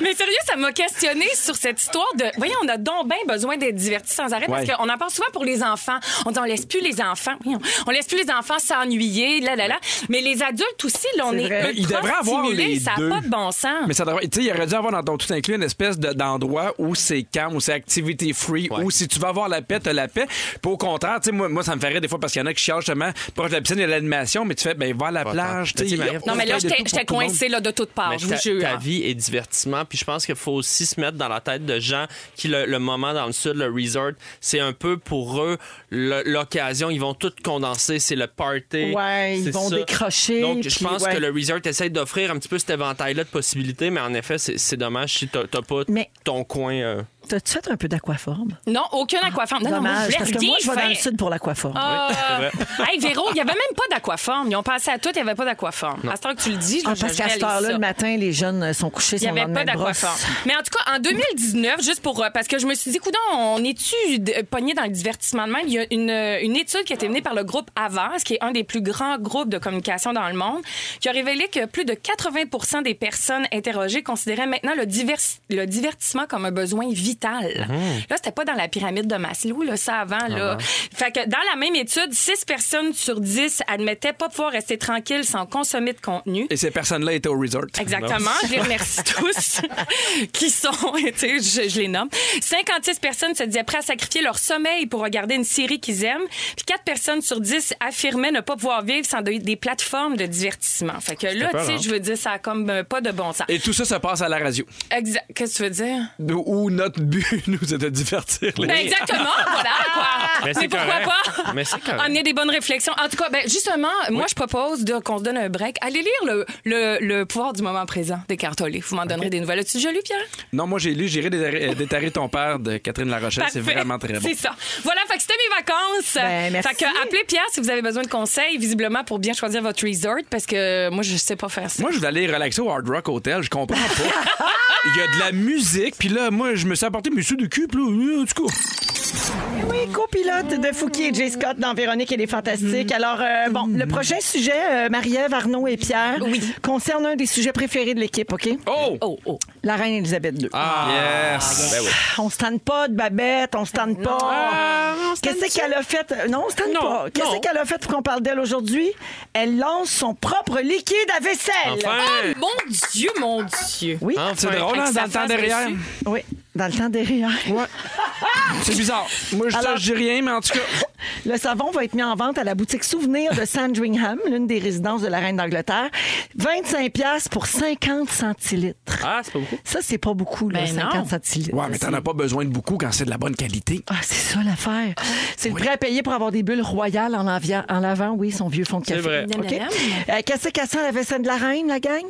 Speaker 5: Mais sérieux, ça m'a questionné sur cette histoire de. Voyons, on a donc bien besoin d'être divertis sans arrêt
Speaker 1: Ouais.
Speaker 5: parce qu'on en parle souvent pour les enfants. On dit on laisse plus les enfants. oui, on- on laisse plus les enfants s'ennuyer, là, là, là. Mais les adultes aussi, là, on
Speaker 2: C'est
Speaker 5: est.
Speaker 2: vrai.
Speaker 1: Mais il
Speaker 5: ultra
Speaker 1: devrait avoir
Speaker 5: stimulés,
Speaker 1: les
Speaker 5: Ça
Speaker 1: deux.
Speaker 5: n'a pas de bon sens.
Speaker 1: Mais ça devrait, tu sais, il aurait dû avoir dans ton tout inclus une espèce de- d'endroit où c'est calme, où c'est activité free, où si tu vas avoir la paix, t'as la paix. Puis au contraire, tu sais, moi, moi, ça me ferait des fois parce qu'il y en a qui chialent justement proche de la piscine, il y a l'animation, mais tu fais, ben, va à la plage, tu sais.
Speaker 3: Mais tu sais,
Speaker 1: il y a
Speaker 3: Marie-
Speaker 5: non, mais là,
Speaker 1: autant de
Speaker 5: j'étais
Speaker 1: tout pour
Speaker 5: j'étais
Speaker 1: tout le monde.
Speaker 5: coincée là, de toutes parts.
Speaker 3: Mais
Speaker 5: Je Ah, vous
Speaker 3: ta,
Speaker 5: jure.
Speaker 3: ta vie est divertissement. Puis je pense qu'il faut aussi se mettre dans la tête de gens qui, le, le moment dans le sud, le resort, c'est un peu pour eux le- l'occasion. Ils vont tout condenser. C'est le party.
Speaker 2: Ouais, ils
Speaker 3: c'est
Speaker 2: vont
Speaker 3: ça.
Speaker 2: décrocher,
Speaker 3: Donc, je
Speaker 2: puis
Speaker 3: pense
Speaker 2: ouais.
Speaker 3: que le resort essaie d'offrir un petit peu cet éventail-là de possibilités. Mais en effet, c'est c'est dommage si t'as t'as pas
Speaker 2: Mais-
Speaker 3: ton coin. euh,
Speaker 2: T'as-tu fait un peu d'aquaforme?
Speaker 5: Non, aucune aquaforme. Non, non, moi,
Speaker 2: Ah, Dommage,
Speaker 5: je
Speaker 2: parce
Speaker 5: voulais
Speaker 2: que moi, je vais
Speaker 5: rien
Speaker 2: dans le
Speaker 5: faire.
Speaker 2: sud pour l'aquaforme.
Speaker 5: Ah.
Speaker 3: c'est
Speaker 5: hey Véro, il n'y avait même pas d'aquaforme. Ils ont pensé à tout, il n'y avait pas d'aquaforme. À ce temps que tu le dis,
Speaker 2: Ah,
Speaker 5: je-
Speaker 2: parce
Speaker 5: je
Speaker 2: qu'à cette
Speaker 5: réalise
Speaker 2: heure-là,
Speaker 5: ça.
Speaker 2: le matin, les jeunes euh, sont couchés,
Speaker 5: Il n'y
Speaker 2: sont
Speaker 5: avait pas
Speaker 2: lendemain de brosse.
Speaker 5: d'aquaforme. Mais en tout cas, en 2019, juste pour. euh, Parce que je me suis dit, coudon, on est-tu d- pogné dans le divertissement de même? Il y a une, euh, une étude qui a été menée par le groupe Avance, qui est un des plus grands groupes de communication dans le monde, qui a révélé que plus de 80 des personnes interrogées considéraient maintenant le, diversi- le divertissement comme un besoin vital.
Speaker 2: Mhm.
Speaker 5: Là, c'était pas dans la pyramide de Maslow, là, ça avant.
Speaker 2: Ah
Speaker 5: Là. Fait que dans la même étude, 6 personnes sur 10 admettaient pas pouvoir rester tranquille sans consommer de contenu.
Speaker 1: Et ces personnes-là étaient au resort.
Speaker 5: Exactement. Je les remercie tous qui sont, tu sais, je, je les nomme. 56 personnes se disaient prêtes à sacrifier leur sommeil pour regarder une série qu'ils aiment. Puis 4 personnes sur 10 affirmaient ne pas pouvoir vivre sans de- des plateformes de divertissement. Fait que là,
Speaker 3: peur,
Speaker 5: tu sais,
Speaker 3: hein?
Speaker 5: je veux dire, ça a comme euh, pas de bon sens.
Speaker 1: Et tout ça se passe à la radio,
Speaker 5: Exact. Qu'est-ce que tu veux dire?
Speaker 1: où notre but nous est de divertir les
Speaker 5: Ben exactement, voilà quoi.
Speaker 3: Mais c'est
Speaker 5: pourquoi
Speaker 3: correct.
Speaker 5: pas
Speaker 3: Mais c'est correct.
Speaker 5: amener des bonnes réflexions. En tout cas, ben justement, moi je propose de- qu'on se donne un break. Allez lire le, le, le pouvoir du moment présent des cartolés. Vous m'en donnerez des nouvelles. As-tu déjà lu, Pierre?
Speaker 1: Non, moi, j'ai lu J'irai déterrer euh, déterrer ton père de Catherine Larochelle. C'est
Speaker 5: Parfait.
Speaker 1: vraiment très bon.
Speaker 5: C'est ça. Voilà, fait que c'était mes vacances.
Speaker 2: Ben, merci.
Speaker 5: Fait que appelez Pierre si vous avez besoin de conseils, visiblement pour bien choisir votre resort, parce que moi je sais pas faire ça.
Speaker 1: Moi, je voulais aller relaxer au Hard Rock Hotel. Je comprends pas. Il y a de la musique. Puis là, moi, je me suis apporté mes sous de cul. Puis là, euh, en tout cas.
Speaker 2: Oui, copilote de Fouki et Jay Scott dans Véronique et les Fantastiques.
Speaker 5: Mm-hmm.
Speaker 2: Alors, euh, bon, le prochain sujet, euh, Marie-Ève, Arnaud et Pierre, concerne un des sujets préférés de l'équipe, OK?
Speaker 1: Oh!
Speaker 5: Oh, oh.
Speaker 2: La reine Elisabeth II.
Speaker 1: Ah, yes! Ben oui.
Speaker 2: On se tanne pas de Babette, on se tanne pas. Qu'est-ce qu'elle a fait? Non, on se tanne pas. Qu'est-ce qu'elle a fait pour qu'on parle d'elle aujourd'hui? Elle lance son propre liquide à vaisselle.
Speaker 3: Enfin!
Speaker 5: Oh Mon Dieu, mon Dieu.
Speaker 2: Oui,
Speaker 1: C'est drôle, hein,
Speaker 5: Avec
Speaker 1: dans
Speaker 5: sa
Speaker 1: le temps
Speaker 5: face
Speaker 1: derrière.
Speaker 5: dessus.
Speaker 2: oui, dans le temps derrière.
Speaker 1: C'est bizarre. Moi, je,
Speaker 2: Alors-
Speaker 1: je dis rien, mais en tout cas.
Speaker 2: Le savon va être mis en vente à la boutique Souvenir de Sandringham, l'une des résidences de la Reine d'Angleterre. 25 pièces pour 50 centilitres.
Speaker 3: Ah, c'est pas beaucoup.
Speaker 2: Ça, c'est pas beaucoup, là,
Speaker 5: Ben non.
Speaker 2: 50 centilitres.
Speaker 1: Ouais, mais t'en as pas besoin de beaucoup quand c'est de la bonne qualité.
Speaker 2: Ah, c'est ça l'affaire. C'est le prêt à payer pour avoir des bulles royales en, lavia- en lavant, oui, son vieux fond de café.
Speaker 3: vrai.
Speaker 2: OK? Euh, Qu'est-ce que ça sent la vaisselle de la reine, la gang?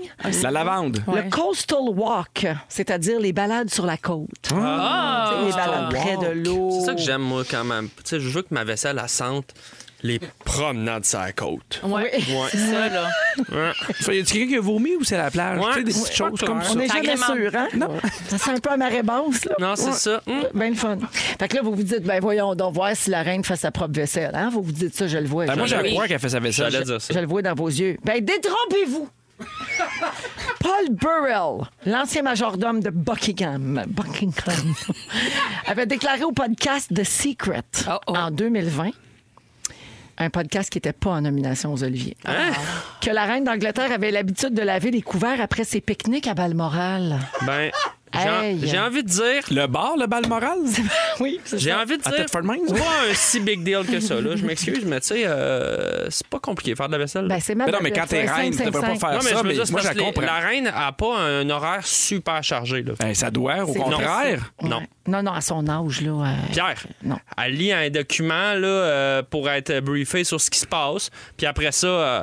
Speaker 1: La lavande.
Speaker 2: Le coastal walk, c'est-à-dire les balades sur la côte.
Speaker 3: Ah!
Speaker 2: Tu sais, les balades près de l'eau.
Speaker 1: Oh.
Speaker 3: C'est ça que j'aime, moi, quand même. Tu sais, je veux que ma vaisselle, elle sente les promenades sur la côte.
Speaker 6: Oui.
Speaker 3: Ouais.
Speaker 6: C'est ça, là.
Speaker 1: Ça, y a-tu quelqu'un qui a vomi ou c'est la plage?
Speaker 3: Ouais.
Speaker 1: Tu sais, des petites
Speaker 3: Ouais.
Speaker 1: choses
Speaker 3: Pas
Speaker 1: comme
Speaker 3: clair.
Speaker 1: ça.
Speaker 2: On n'est jamais
Speaker 3: Agrément.
Speaker 2: sûr, hein?
Speaker 1: Non.
Speaker 2: Ça sent un peu à marée basse, là.
Speaker 3: Non, c'est ça. Mm.
Speaker 2: Ben le fun. Fait que là, vous vous dites, ben voyons donc voir si la reine fait sa propre vaisselle. Hein? Vous vous dites ça, je le vois.
Speaker 1: Ben, moi,
Speaker 2: je,
Speaker 1: j'ai
Speaker 2: le
Speaker 1: à
Speaker 2: vois.
Speaker 1: croire qu'elle fait sa vaisselle.
Speaker 3: J'allais dire ça.
Speaker 2: Je le vois dans vos yeux. Ben détrompez-vous! Paul Burrell, l'ancien majordome de Buckingham, Buckingham avait déclaré au podcast The Secret
Speaker 5: Oh, oh.
Speaker 2: en 2020, un podcast qui n'était pas en nomination aux Oliviers, que la reine d'Angleterre avait l'habitude de laver les couverts après ses pique-niques à Balmoral.
Speaker 3: Ben, j'ai en-
Speaker 2: Hey.
Speaker 3: j'ai envie de dire.
Speaker 1: Le bar, le Balmoral?
Speaker 2: Oui, c'est
Speaker 3: J'ai envie de
Speaker 1: À
Speaker 3: dire.
Speaker 1: Thetford Mines?
Speaker 3: C'est pas un si big deal que ça, là. Je m'excuse, mais tu sais, euh, c'est pas compliqué faire de la vaisselle.
Speaker 2: Ben, c'est ma
Speaker 1: Mais non, mais quand t'es
Speaker 2: Cinq,
Speaker 1: reine, tu
Speaker 2: cinq,
Speaker 1: devrais pas
Speaker 2: cinq.
Speaker 1: faire
Speaker 3: non,
Speaker 1: Ben,
Speaker 3: mais
Speaker 1: ça.
Speaker 3: je veux
Speaker 1: Mais
Speaker 3: dire, c'est
Speaker 1: moi, je
Speaker 3: parce
Speaker 1: la
Speaker 3: que les-
Speaker 1: comprends.
Speaker 3: la reine a pas un horaire super chargé, là.
Speaker 1: Ben, ça doit, au
Speaker 2: C'est
Speaker 1: contraire.
Speaker 2: Ouais.
Speaker 3: Non.
Speaker 2: Non, non, à son âge, là. euh,
Speaker 3: Pierre,
Speaker 2: Non.
Speaker 3: elle lit un document là, euh, pour être briefée sur ce qui se passe, puis après ça, euh,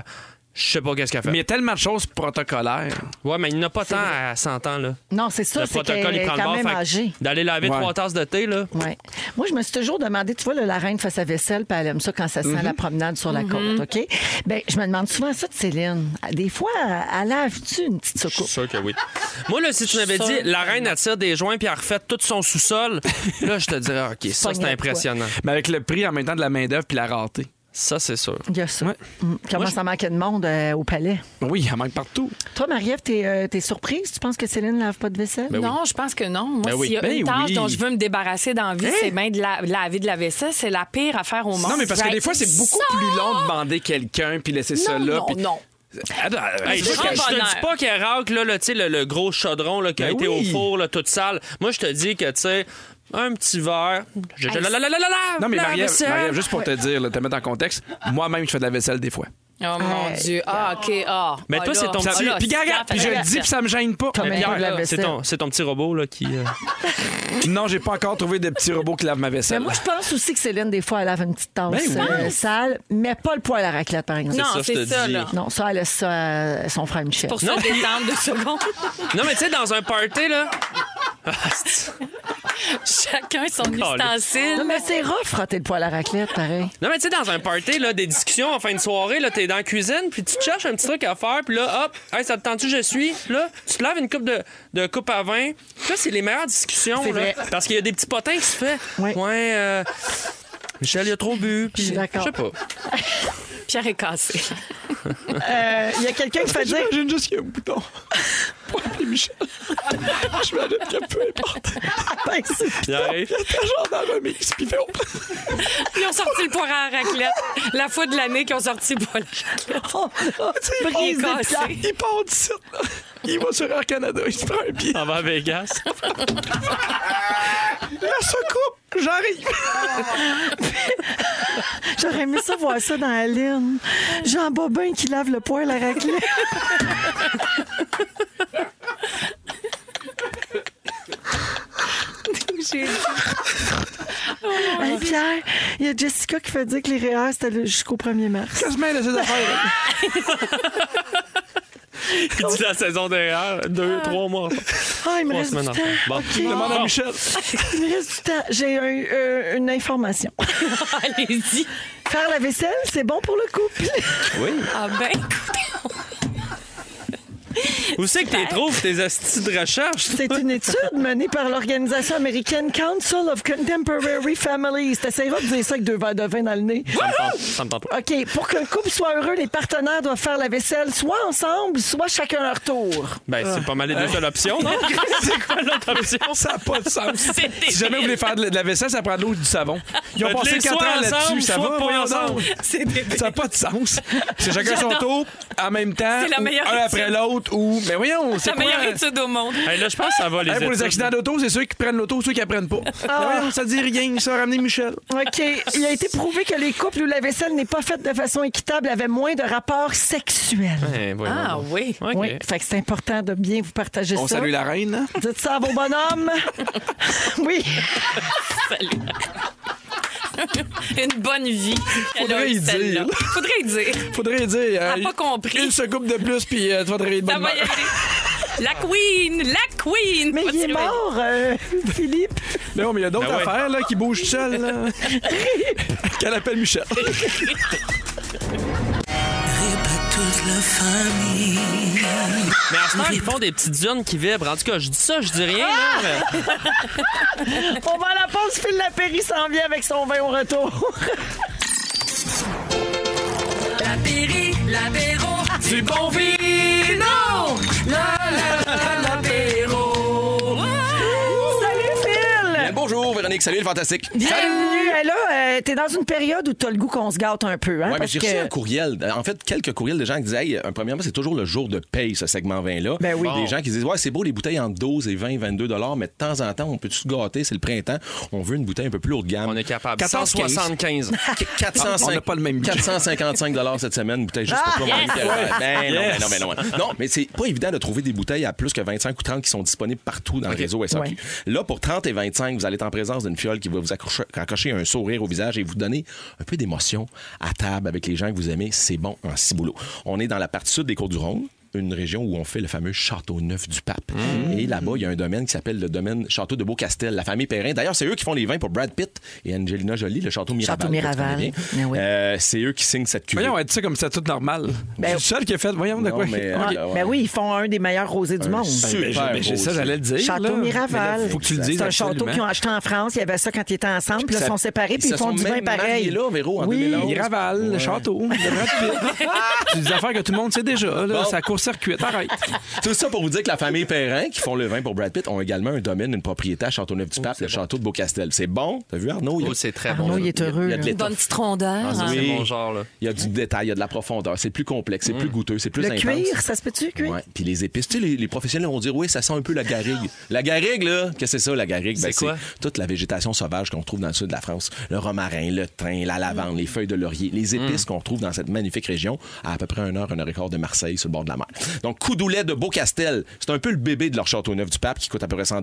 Speaker 3: je sais pas qu'est-ce qu'elle fait.
Speaker 1: Mais il y a tellement de choses protocolaires.
Speaker 3: Ouais, mais il n'y en a pas tant à 100 ans. Là.
Speaker 2: Non, c'est ça,
Speaker 3: le
Speaker 2: c'est
Speaker 3: protocole,
Speaker 2: qu'elle
Speaker 3: il
Speaker 2: est
Speaker 3: prend
Speaker 2: quand
Speaker 3: le
Speaker 2: même
Speaker 3: bord.
Speaker 2: âgée.
Speaker 3: fait que D'aller laver
Speaker 1: Ouais.
Speaker 3: trois tasses de thé, là.
Speaker 2: Ouais. Moi, je me suis toujours demandé, tu vois, là, la reine fait sa vaisselle, puis elle aime ça quand ça
Speaker 1: Mhm.
Speaker 2: sent la promenade sur la côte, OK? Ben, je me demande souvent ça de Céline. Des fois, elle lave-tu une petite
Speaker 3: Je suis
Speaker 2: soucoupe?
Speaker 3: sûr que oui. Moi, là, si tu m'avais
Speaker 6: sûre
Speaker 3: dit,
Speaker 6: que
Speaker 3: la reine attire des joints puis elle refait tout son sous-sol, là, je te dirais, ah, OK, ça, c'est
Speaker 2: Pognette,
Speaker 3: impressionnant.
Speaker 1: Mais avec le prix en même temps de la main-d'œuvre puis la rareté.
Speaker 3: Ça, c'est sûr.
Speaker 2: Il y a ça.
Speaker 1: Ouais.
Speaker 2: Mm. Comment
Speaker 3: Moi,
Speaker 2: ça manquait de monde euh, au palais?
Speaker 1: Oui, il en manque partout.
Speaker 2: Toi, Marie-Ève, t'es euh, t'es surprise? Tu penses que Céline lave pas de vaisselle?
Speaker 5: non, je pense que non. Moi,
Speaker 3: Ben oui.
Speaker 5: s'il y a
Speaker 1: Ben
Speaker 5: une tâche
Speaker 1: oui. Hein?
Speaker 5: dont je veux me débarrasser dans la vie, c'est bien de, la, de laver de la vaisselle. C'est la pire affaire au monde.
Speaker 1: Non, mais parce que
Speaker 5: Right?
Speaker 1: des fois, c'est beaucoup
Speaker 5: Ça!
Speaker 1: plus long de demander quelqu'un puis laisser ça
Speaker 5: Non,
Speaker 1: là.
Speaker 5: non,
Speaker 1: puis- Ah, bah,
Speaker 5: non.
Speaker 1: Attends, hey,
Speaker 3: Hey, je,
Speaker 1: je-
Speaker 5: grand
Speaker 3: je te
Speaker 5: bonheur.
Speaker 3: dis pas qu'elle racle là, là, tu sais, le, le gros chaudron là, qui a
Speaker 1: Ben
Speaker 3: été
Speaker 1: oui.
Speaker 3: au four, là, toute sale. Moi, je te dis que, tu sais, un petit verre. Je, je- la, la, la, la, la, la,
Speaker 1: Non, mais
Speaker 3: la
Speaker 1: Marie-Ève,
Speaker 3: vaisselle.
Speaker 1: Marie-Ève, juste pour te dire, là, te mettre en contexte, moi-même, je fais de la vaisselle des fois.
Speaker 5: Oh mon
Speaker 2: Hey,
Speaker 5: Dieu. Ah, OK. Ah.
Speaker 3: Mais
Speaker 5: Ah,
Speaker 3: toi,
Speaker 5: là.
Speaker 3: c'est ton
Speaker 1: Ça-
Speaker 5: Ah,
Speaker 3: petit-
Speaker 5: là,
Speaker 1: puis
Speaker 5: c'est
Speaker 1: regarde,
Speaker 5: grave,
Speaker 1: puis je
Speaker 5: fait
Speaker 1: le
Speaker 5: que-
Speaker 1: dis, puis ça me gêne pas.
Speaker 2: T'as même pas de la
Speaker 3: C'est
Speaker 2: vaisselle.
Speaker 3: ton, c'est ton petit robot là, qui. euh,
Speaker 1: Non, j'ai pas encore trouvé de petit robot qui lave ma
Speaker 2: Mais
Speaker 1: vaisselle.
Speaker 2: Ben, moi, je pense aussi que Céline, des fois, elle lave une petite tasse
Speaker 1: euh, Ben oui.
Speaker 2: euh, sale, mais pas le poil à raclette, par exemple.
Speaker 5: Non,
Speaker 3: ça, je te
Speaker 5: c'est ça,
Speaker 3: dis.
Speaker 5: là.
Speaker 2: Non, ça, elle laisse ça à son frère Michel.
Speaker 5: Pour se détendre deux secondes.
Speaker 3: Non, mais tu sais, dans un party, là.
Speaker 5: Chacun son
Speaker 3: Calé.
Speaker 2: Non,
Speaker 5: ustensile.
Speaker 2: mais c'est rough, frotter le poil à raclette, pareil.
Speaker 3: Non, mais tu sais, dans un party, là, des discussions en fin de soirée, là, t'es dans la cuisine, puis tu te cherches un petit truc à faire, puis là, hop, hey, ça te tente-tu, je suis. Là, tu te laves une coupe de, de coupe à vin. Puis Là, c'est les meilleures discussions,
Speaker 2: C'est
Speaker 3: là.
Speaker 2: vrai.
Speaker 3: Parce qu'il y a des petits potins qui se fait.
Speaker 2: Ouais.
Speaker 3: Ouais, euh, Michel, il a trop bu, puis.
Speaker 2: suis d'accord.
Speaker 3: Je sais pas.
Speaker 5: Pierre est cassé.
Speaker 2: Euh, Il y a quelqu'un qui fait dire
Speaker 1: J'imagine juste qu'il y a un bouton. Pour appeler Michel. J'imagine que peu importe.
Speaker 2: Ben, c'est-
Speaker 3: Pierre.
Speaker 1: Genre dans remise, puis fait
Speaker 5: Ils ont sorti le poire à la raclette. La fois de l'année qu'ils ont sorti le poire à la raclette.
Speaker 2: brise
Speaker 5: il est
Speaker 2: des
Speaker 5: cassé.
Speaker 2: plaques.
Speaker 1: Il part d'ici, là. Il va sur Air Canada, il se prend un pied.
Speaker 3: On va à Vegas.
Speaker 1: La secoupe, j'arrive.
Speaker 2: J'aurais aimé ça voir ça dans la ligne. Jean Bobin qui lave le poil à raclette.
Speaker 5: J'ai-
Speaker 2: Hey, Pierre, il y a Jessica qui fait dire que les REER, c'était le- jusqu'au 1er mars.
Speaker 1: Quasiment de ses affaires.
Speaker 3: Puis dis la saison derrière, deux, trois mois.
Speaker 2: Ah, il me
Speaker 3: Trois
Speaker 2: reste du
Speaker 3: semaines en
Speaker 2: temps.
Speaker 3: retard. Bon.
Speaker 2: OK.
Speaker 1: Demande à Michel.
Speaker 2: Il me reste du temps. J'ai un- euh, une information.
Speaker 5: Allez-y.
Speaker 2: Faire la vaisselle, c'est bon pour le couple.
Speaker 5: Ah ben,
Speaker 3: Où c'est que t'es trouves tes astuces de recherche?
Speaker 2: C'est une étude menée par l'organisation américaine Council of Contemporary Families. T'essaieras de dire ça avec deux verres de vin dans le nez.
Speaker 3: Ça me tente- Ça me tente pas.
Speaker 2: OK, pour qu'un couple soit heureux, les partenaires doivent faire la vaisselle soit ensemble, soit chacun à leur tour.
Speaker 3: Ben, c'est pas mal les deux seules options, non? c'est quoi l'autre option?
Speaker 1: Ça n'a pas de sens.
Speaker 5: c'est
Speaker 1: Si jamais vous voulez faire de la- de la vaisselle, ça prend de l'eau et du savon. Ils ont
Speaker 3: Faites-les
Speaker 1: passé 4
Speaker 3: soit
Speaker 1: ans là-dessus,
Speaker 3: ensemble,
Speaker 1: ça va,
Speaker 3: soit pas
Speaker 1: voyons
Speaker 3: ensemble.
Speaker 1: donc.
Speaker 5: c'est débile.
Speaker 1: Ça n'a pas de sens. C'est chacun son tour,
Speaker 5: J'adore.
Speaker 1: en même temps,
Speaker 5: C'est la
Speaker 1: ou
Speaker 5: meilleure
Speaker 1: un
Speaker 5: étude.
Speaker 1: après l'autre, ou. Mais voyons, c'est
Speaker 5: La
Speaker 1: quoi? euh? hein?
Speaker 5: meilleure étude au monde.
Speaker 3: Hey, là, je pense que ça va les
Speaker 1: Hey, pour les
Speaker 3: études.
Speaker 1: accidents d'auto, c'est ceux qui prennent l'auto, ceux qui apprennent pas.
Speaker 5: Ah.
Speaker 1: Mais voyons, ça dit rien, ça ramener Michel.
Speaker 2: OK. Il a été prouvé que les couples où la vaisselle n'est pas faite de façon équitable avaient moins de rapports sexuels.
Speaker 3: Ben, voyons
Speaker 5: Ah
Speaker 3: donc.
Speaker 5: oui.
Speaker 3: OK.
Speaker 2: Oui, fait que c'est important de bien vous partager
Speaker 1: On
Speaker 2: ça.
Speaker 1: salue la reine. hein?
Speaker 2: Dites ça à vos bonhommes. oui.
Speaker 5: Une bonne vie. Elle a
Speaker 1: Faudrait
Speaker 5: eu
Speaker 1: y
Speaker 5: celle-là.
Speaker 1: dire.
Speaker 5: Faudrait y dire.
Speaker 1: Faudrait dire.
Speaker 5: Elle a pas compris.
Speaker 1: Une secoupe de plus, puis euh, tu vas te réveiller de
Speaker 5: Ça
Speaker 1: bonne
Speaker 5: va y
Speaker 1: humeur.
Speaker 5: aller. La queen! La queen!
Speaker 2: Mais il est mort, euh, Philippe.
Speaker 1: Non, mais il y a d'autres
Speaker 3: Ben ouais.
Speaker 1: affaires là, qui bougent seul. là. Qu'elle appelle Michel.
Speaker 3: Mais à ce temps, ils font des petites urnes qui vibrent. En tout cas, je dis ça, je dis rien. là, mais-
Speaker 2: On va à la pause, Phil Lapéry s'en vient avec son vin au retour.
Speaker 8: La péri, l'apéro, du bon vino. La la la l'apéro.
Speaker 2: Salut, Phil!
Speaker 10: bonjour, Véronique. Salut, le fantastique.
Speaker 2: Bienvenue! Hey, là, euh, t'es dans une période où t'as le goût qu'on se gâte un peu. Hein,
Speaker 10: Ouais, mais
Speaker 2: parce
Speaker 10: j'ai reçu
Speaker 2: que-
Speaker 10: un courriel. En fait, quelques courriels de gens qui disaient, hey, euh, premièrement, c'est toujours le jour de paye, ce segment 20-là. Des gens qui disent, ouais, c'est beau, les bouteilles entre 12 et 20, 22 dollars, mais de temps en temps, on peut-tu se gâter? C'est le printemps. On veut une bouteille un peu plus haut de gamme. On est capable.
Speaker 3: 175.
Speaker 10: 405,
Speaker 3: On n'a
Speaker 10: pas le même 455 dollars cette semaine, une bouteille juste pour toi.
Speaker 3: Ah,
Speaker 10: Monique.
Speaker 3: yes!
Speaker 10: Ouais, ben non,
Speaker 3: Yes!
Speaker 10: ben non, ben non, ben non. Non, mais c'est pas évident de trouver des bouteilles à plus que 25 ou 30 qui sont disponibles partout dans le réseau SAQ.
Speaker 11: Ouais.
Speaker 10: Là, pour 30 et 25, vous allez être en présence d'une fiole qui va vous accrocher- accrocher un sourire au visage et vous donner un peu d'émotion à table avec les gens que vous aimez. C'est bon en ciboulot. On est dans la partie sud des Côtes du Rhône une région où on fait le fameux Château Neuf du Pape. Et là-bas, il y a un domaine qui s'appelle le domaine Château de Beaucastel, la famille Perrin. D'ailleurs, c'est eux qui font les vins pour Brad Pitt et Angelina Jolie, le Château Miraval.
Speaker 2: Château Miraval.
Speaker 10: que tu connais
Speaker 6: Ben
Speaker 10: bien. Euh, c'est eux qui signent cette cuvée.
Speaker 1: Voyons, tu sais, comme c'est tout normal.
Speaker 2: Ben-
Speaker 1: C'est le seul qui a fait. Voyons, de
Speaker 10: Non,
Speaker 1: quoi.
Speaker 10: mais, euh,
Speaker 2: Ouais, ben oui, ils font un des meilleurs rosés du
Speaker 10: Un
Speaker 2: monde.
Speaker 10: super Ben, j'ai- ben, j'ai- ça, rosé. j'allais le dire,
Speaker 2: Château
Speaker 10: là.
Speaker 2: Miraval.
Speaker 10: Mais là, faut que tu le dises
Speaker 2: C'est un château
Speaker 10: absolument.
Speaker 2: qu'ils ont acheté en France. Il y avait ça quand ils étaient ensemble. Puis là,
Speaker 10: Ça-
Speaker 2: ils sont séparés. Puis
Speaker 10: ils
Speaker 2: ils,
Speaker 10: se
Speaker 2: font
Speaker 10: sont
Speaker 2: du vin
Speaker 10: même
Speaker 2: pareil.
Speaker 10: mariés là, Véro, en
Speaker 2: oui.
Speaker 10: 2011.
Speaker 1: Miraval, le château. le Brad Pitt. C'est des affaires que tout le monde sait déjà. Là, Ça court-circuite. Arrête.
Speaker 10: Tout ça pour vous dire que la famille Perrin, qui font le vin pour Brad Pitt, ont également un domaine, une propriété à Châteauneuf-du-Pape, le château de Beaucastel. C'est bon? T'as vu, Arnaud? Oh, c'est très
Speaker 6: Arnaud, il est heureux.
Speaker 10: Il y
Speaker 6: là.
Speaker 10: a de
Speaker 6: Une
Speaker 10: l'étoffe.
Speaker 6: bonne petite rondeur.
Speaker 10: Ah,
Speaker 6: hein.
Speaker 10: oui. Il y a du détail, il y a de la profondeur. C'est plus complexe, c'est plus goûteux, c'est plus
Speaker 2: Le
Speaker 10: intense.
Speaker 2: cuir, ça se peut-tu, cuir?
Speaker 10: Ouais. Puis les épices, tu sais, les, les professionnels vont dire, oui, ça sent un peu la garrigue.
Speaker 1: Ah!
Speaker 10: La garrigue, là, qu'est-ce que c'est ça, la garrigue? Ben,
Speaker 3: C'est quoi?
Speaker 10: toute la végétation sauvage qu'on trouve dans le sud de la France. Le romarin, le thym, la lavande, les feuilles de laurier, les
Speaker 1: Mm.
Speaker 10: épices qu'on trouve dans cette magnifique région à à peu près une heure, une heure et quart de Marseille, sur le bord de la mer. Donc, Coudoulet de Beaucastel, c'est un peu le bébé de leur château neuf du pape qui coûte à peu près 100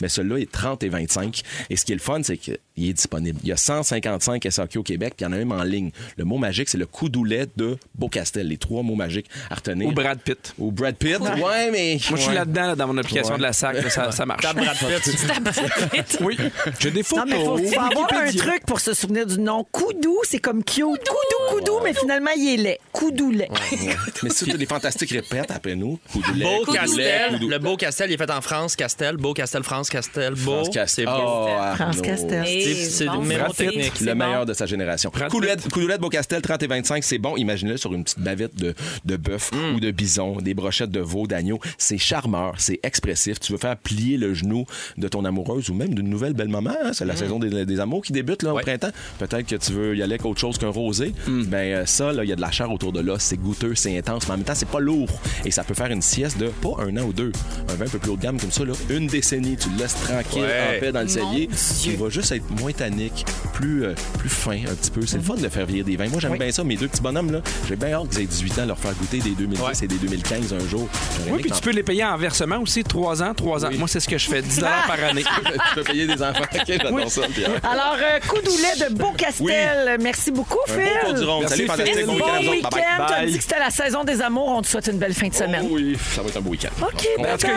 Speaker 10: mais celui-là est 30 et 25. Et ce qui est le fun, c'est qu'il est disponible. Il y a 155 SAQ au Québec, puis il y en a même en ligne. Le mot magique, c'est le Coudoulet de Beaucastel. Les trois mots magiques à retenir.
Speaker 1: Ou Brad Pitt.
Speaker 10: Ou Brad Pitt. Ouais, mais.
Speaker 1: Moi, je suis là-dedans, là, dans mon application de la SAC, là, ça- ça marche.
Speaker 10: T'as Brad Pitt.
Speaker 1: Oui, j'ai des
Speaker 2: Non,
Speaker 1: photos.
Speaker 2: mais faut, faut avoir un truc pour se souvenir du nom. Coudou, c'est comme cute. Coudou, coudou, mais finalement, il est laid. Coudou lait.
Speaker 10: Mais si les fantastiques répètent après nous, Coudoulet,
Speaker 3: Beau
Speaker 10: Coudoulet,
Speaker 3: Castel.
Speaker 10: Coudou-
Speaker 3: Le Beau Castel, il est fait en France, Castel. Beau Castel, France, Castel. Beau.
Speaker 10: France
Speaker 3: C'est
Speaker 10: Castel.
Speaker 3: beau.
Speaker 10: Oh, Arnaud.
Speaker 3: France Castel. C'est- c'est le numéro
Speaker 10: Brad Pitt,
Speaker 3: technique.
Speaker 10: Le
Speaker 3: C'est
Speaker 10: meilleur
Speaker 3: bon.
Speaker 10: de sa génération. Coulette, Coulette Beaucastel, 30 et 25, c'est bon. Imaginez-le sur une petite bavette de, de bœuf
Speaker 3: Mm.
Speaker 10: ou de bison, des brochettes de veau, d'agneau. C'est charmeur, c'est expressif. Tu veux faire plier le genou de ton amoureuse ou même d'une nouvelle belle-maman. hein. C'est la
Speaker 3: Mm.
Speaker 10: saison des, des amours qui débute là, au printemps. Peut-être que tu veux y aller avec autre chose qu'un rosé.
Speaker 3: Mm.
Speaker 10: Ben, euh, ça, là, il y a de la chair autour de l'os. C'est goûteux, c'est intense, mais en même temps, c'est pas lourd. Et ça peut faire une sieste de pas un an ou deux. Un vin un peu plus haut de gamme comme ça, là, une décennie. Tu le laisses tranquille,
Speaker 3: Ouais.
Speaker 10: en paix, dans le
Speaker 3: Mon
Speaker 10: cellier. Il va juste être moins tannique, plus, euh, plus fin un petit peu. C'est le fun de faire vieillir des vins. Moi, j'aime bien ça. Mes deux petits bonhommes, là, j'ai bien hâte qu'ils aient 18 ans, leur faire goûter des 2010 et des 2015 un jour. J'aurais
Speaker 1: Oui,
Speaker 10: aimé
Speaker 1: puis
Speaker 10: que
Speaker 1: tu peux les payer en versement aussi, 3 ans, 3 ans. Moi, c'est ce que je fais, 10 dollars par année.
Speaker 10: tu peux payer des enfants. OK, j'adore
Speaker 1: Oui.
Speaker 10: ça, Pierre.
Speaker 2: Alors, euh, Coudoulet de Beaucastel. Merci beaucoup,
Speaker 10: Un
Speaker 2: Phil.
Speaker 10: beau tour du rond. Salut,
Speaker 2: Merci,
Speaker 10: fantastique.
Speaker 2: Phil.
Speaker 10: Bon
Speaker 2: Bon
Speaker 10: week-end à vous autres.
Speaker 2: week-end.
Speaker 10: Bye-bye.
Speaker 2: Tu as
Speaker 10: Bye.
Speaker 2: dit que c'était la saison des amours. On te souhaite une belle fin de semaine.
Speaker 10: Oui, ça va être un beau week-end.
Speaker 2: OK,
Speaker 10: On-
Speaker 2: bye-bye.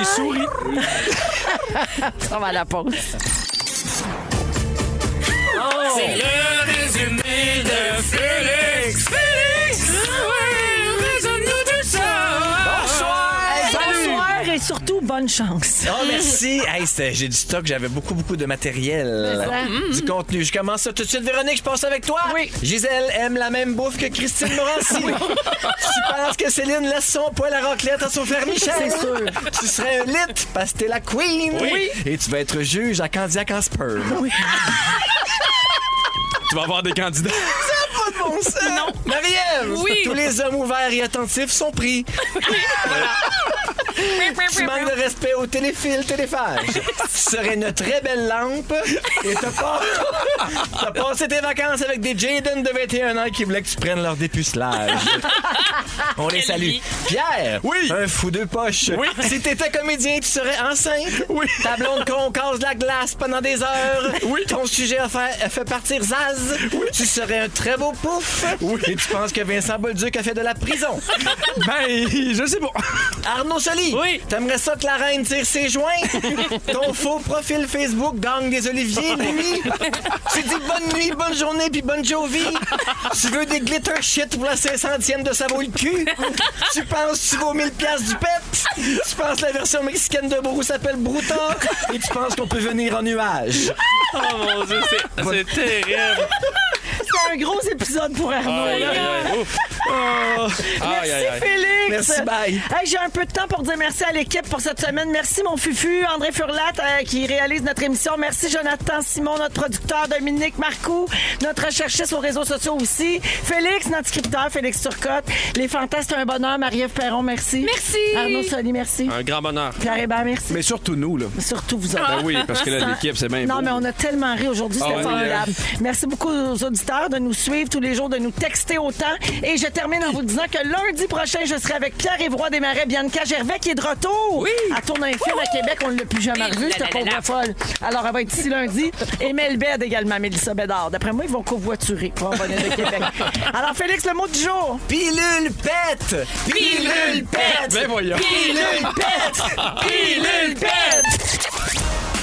Speaker 2: On va à la pause.
Speaker 8: C'est le résumé de Félix. Félix! Oui, résume-nous tout ça! Bonsoir!
Speaker 2: Hey, Bonsoir et surtout, bonne chance.
Speaker 12: Oh, merci. Hey, c'était- j'ai du stock, j'avais beaucoup, beaucoup de matériel.
Speaker 2: Mais ça.
Speaker 12: Mm. Du contenu. Je commence ça tout de suite. Véronique, je passe avec toi. Oui. Gisèle aime la même bouffe que Christine Morancy. tu penses que Céline laisse son poil à raclette à son frère Michel.
Speaker 2: C'est sûr.
Speaker 12: Tu serais un lit parce que t'es la queen.
Speaker 2: Oui.
Speaker 12: Et tu vas être juge à Candiac en sperme. Oui.
Speaker 1: Tu vas avoir des candidats.
Speaker 12: Ça n'a pas de bon sens. Non. Marie-Ève.
Speaker 8: Oui.
Speaker 12: Tous les hommes ouverts et attentifs sont pris. tu manques de respect au téléfil, téléphage. tu serais une très belle lampe et t'as pas- t'as passé tes vacances avec des Jaden de 21 ans qui voulaient que tu prennes leur dépucelage. On les salue. Pierre! Oui! Un fou de poche. Oui! Si t'étais comédien, tu serais enceinte. Oui! Ta blonde concasse de la glace pendant des heures. Oui! Ton sujet a fait, a fait partir Zaz. Oui! Tu serais un très beau pouf. Oui! Et tu penses que Vincent Bolduc a fait de la prison.
Speaker 1: Ben, je sais pas.
Speaker 12: Arnaud Soli,
Speaker 10: Julie, t'aimerais ça que la reine tire ses joints? Ton faux profil Facebook gagne des oliviers, lui. tu dis bonne nuit, bonne journée, puis bonne jovie. Tu veux des glitter shit pour la 500e de ça vaut le cul? Tu penses que tu vaux 1000 piastres du pet? Tu penses que la version mexicaine de Brou s'appelle Brouta? Et tu penses qu'on peut venir en nuage?
Speaker 3: Oh mon Dieu, c'est c'est terrible.
Speaker 2: C'est un gros épisode pour Arnaud.
Speaker 3: Aïe,
Speaker 2: là.
Speaker 3: aïe, aïe. Ouf.
Speaker 2: Merci
Speaker 3: Aïe, aïe, aïe.
Speaker 2: Félix.
Speaker 3: Merci, bye.
Speaker 2: Hey, J'ai un peu de temps pour dire merci à l'équipe pour cette semaine. Merci mon Fufu, André Furlat euh, qui réalise notre émission. Merci Jonathan Simon, notre producteur, Dominique Marcoux, notre recherchiste aux réseaux sociaux aussi. Félix, notre scripteur, Félix Turcotte. Les fantastes, un bonheur. Marie-Ève Perron, merci. Merci. Arnaud Soli, merci.
Speaker 3: Un grand bonheur.
Speaker 2: Pierre Hébert, merci.
Speaker 1: Mais surtout nous, là.
Speaker 2: Surtout vous autres.
Speaker 1: Ben oui, parce que là, l'équipe, c'est bien
Speaker 2: Ah. Non,
Speaker 1: beau.
Speaker 2: mais on a tellement ri aujourd'hui,
Speaker 1: Ah
Speaker 2: c'était
Speaker 1: ouais.
Speaker 2: formidable. Merci beaucoup aux auditeurs de nous suivre tous les jours, de nous texter autant. Et je termine en vous disant que lundi prochain, je serai avec Pierre Évroy Desmarais, Bianca Gervais, qui est de retour. Oui. À tourne un film à Québec, on ne l'a plus jamais revu, cette pauvre folle. Alors, elle va être ici lundi. Et Melbed également, Mélissa Bédard. D'après moi, ils vont covoiturer pour revenir de Québec. Alors, Félix, le mot du jour.
Speaker 10: Pilule pète! Pilule pète!
Speaker 13: Ben voyons.
Speaker 10: Pilule pète! Pilule pète!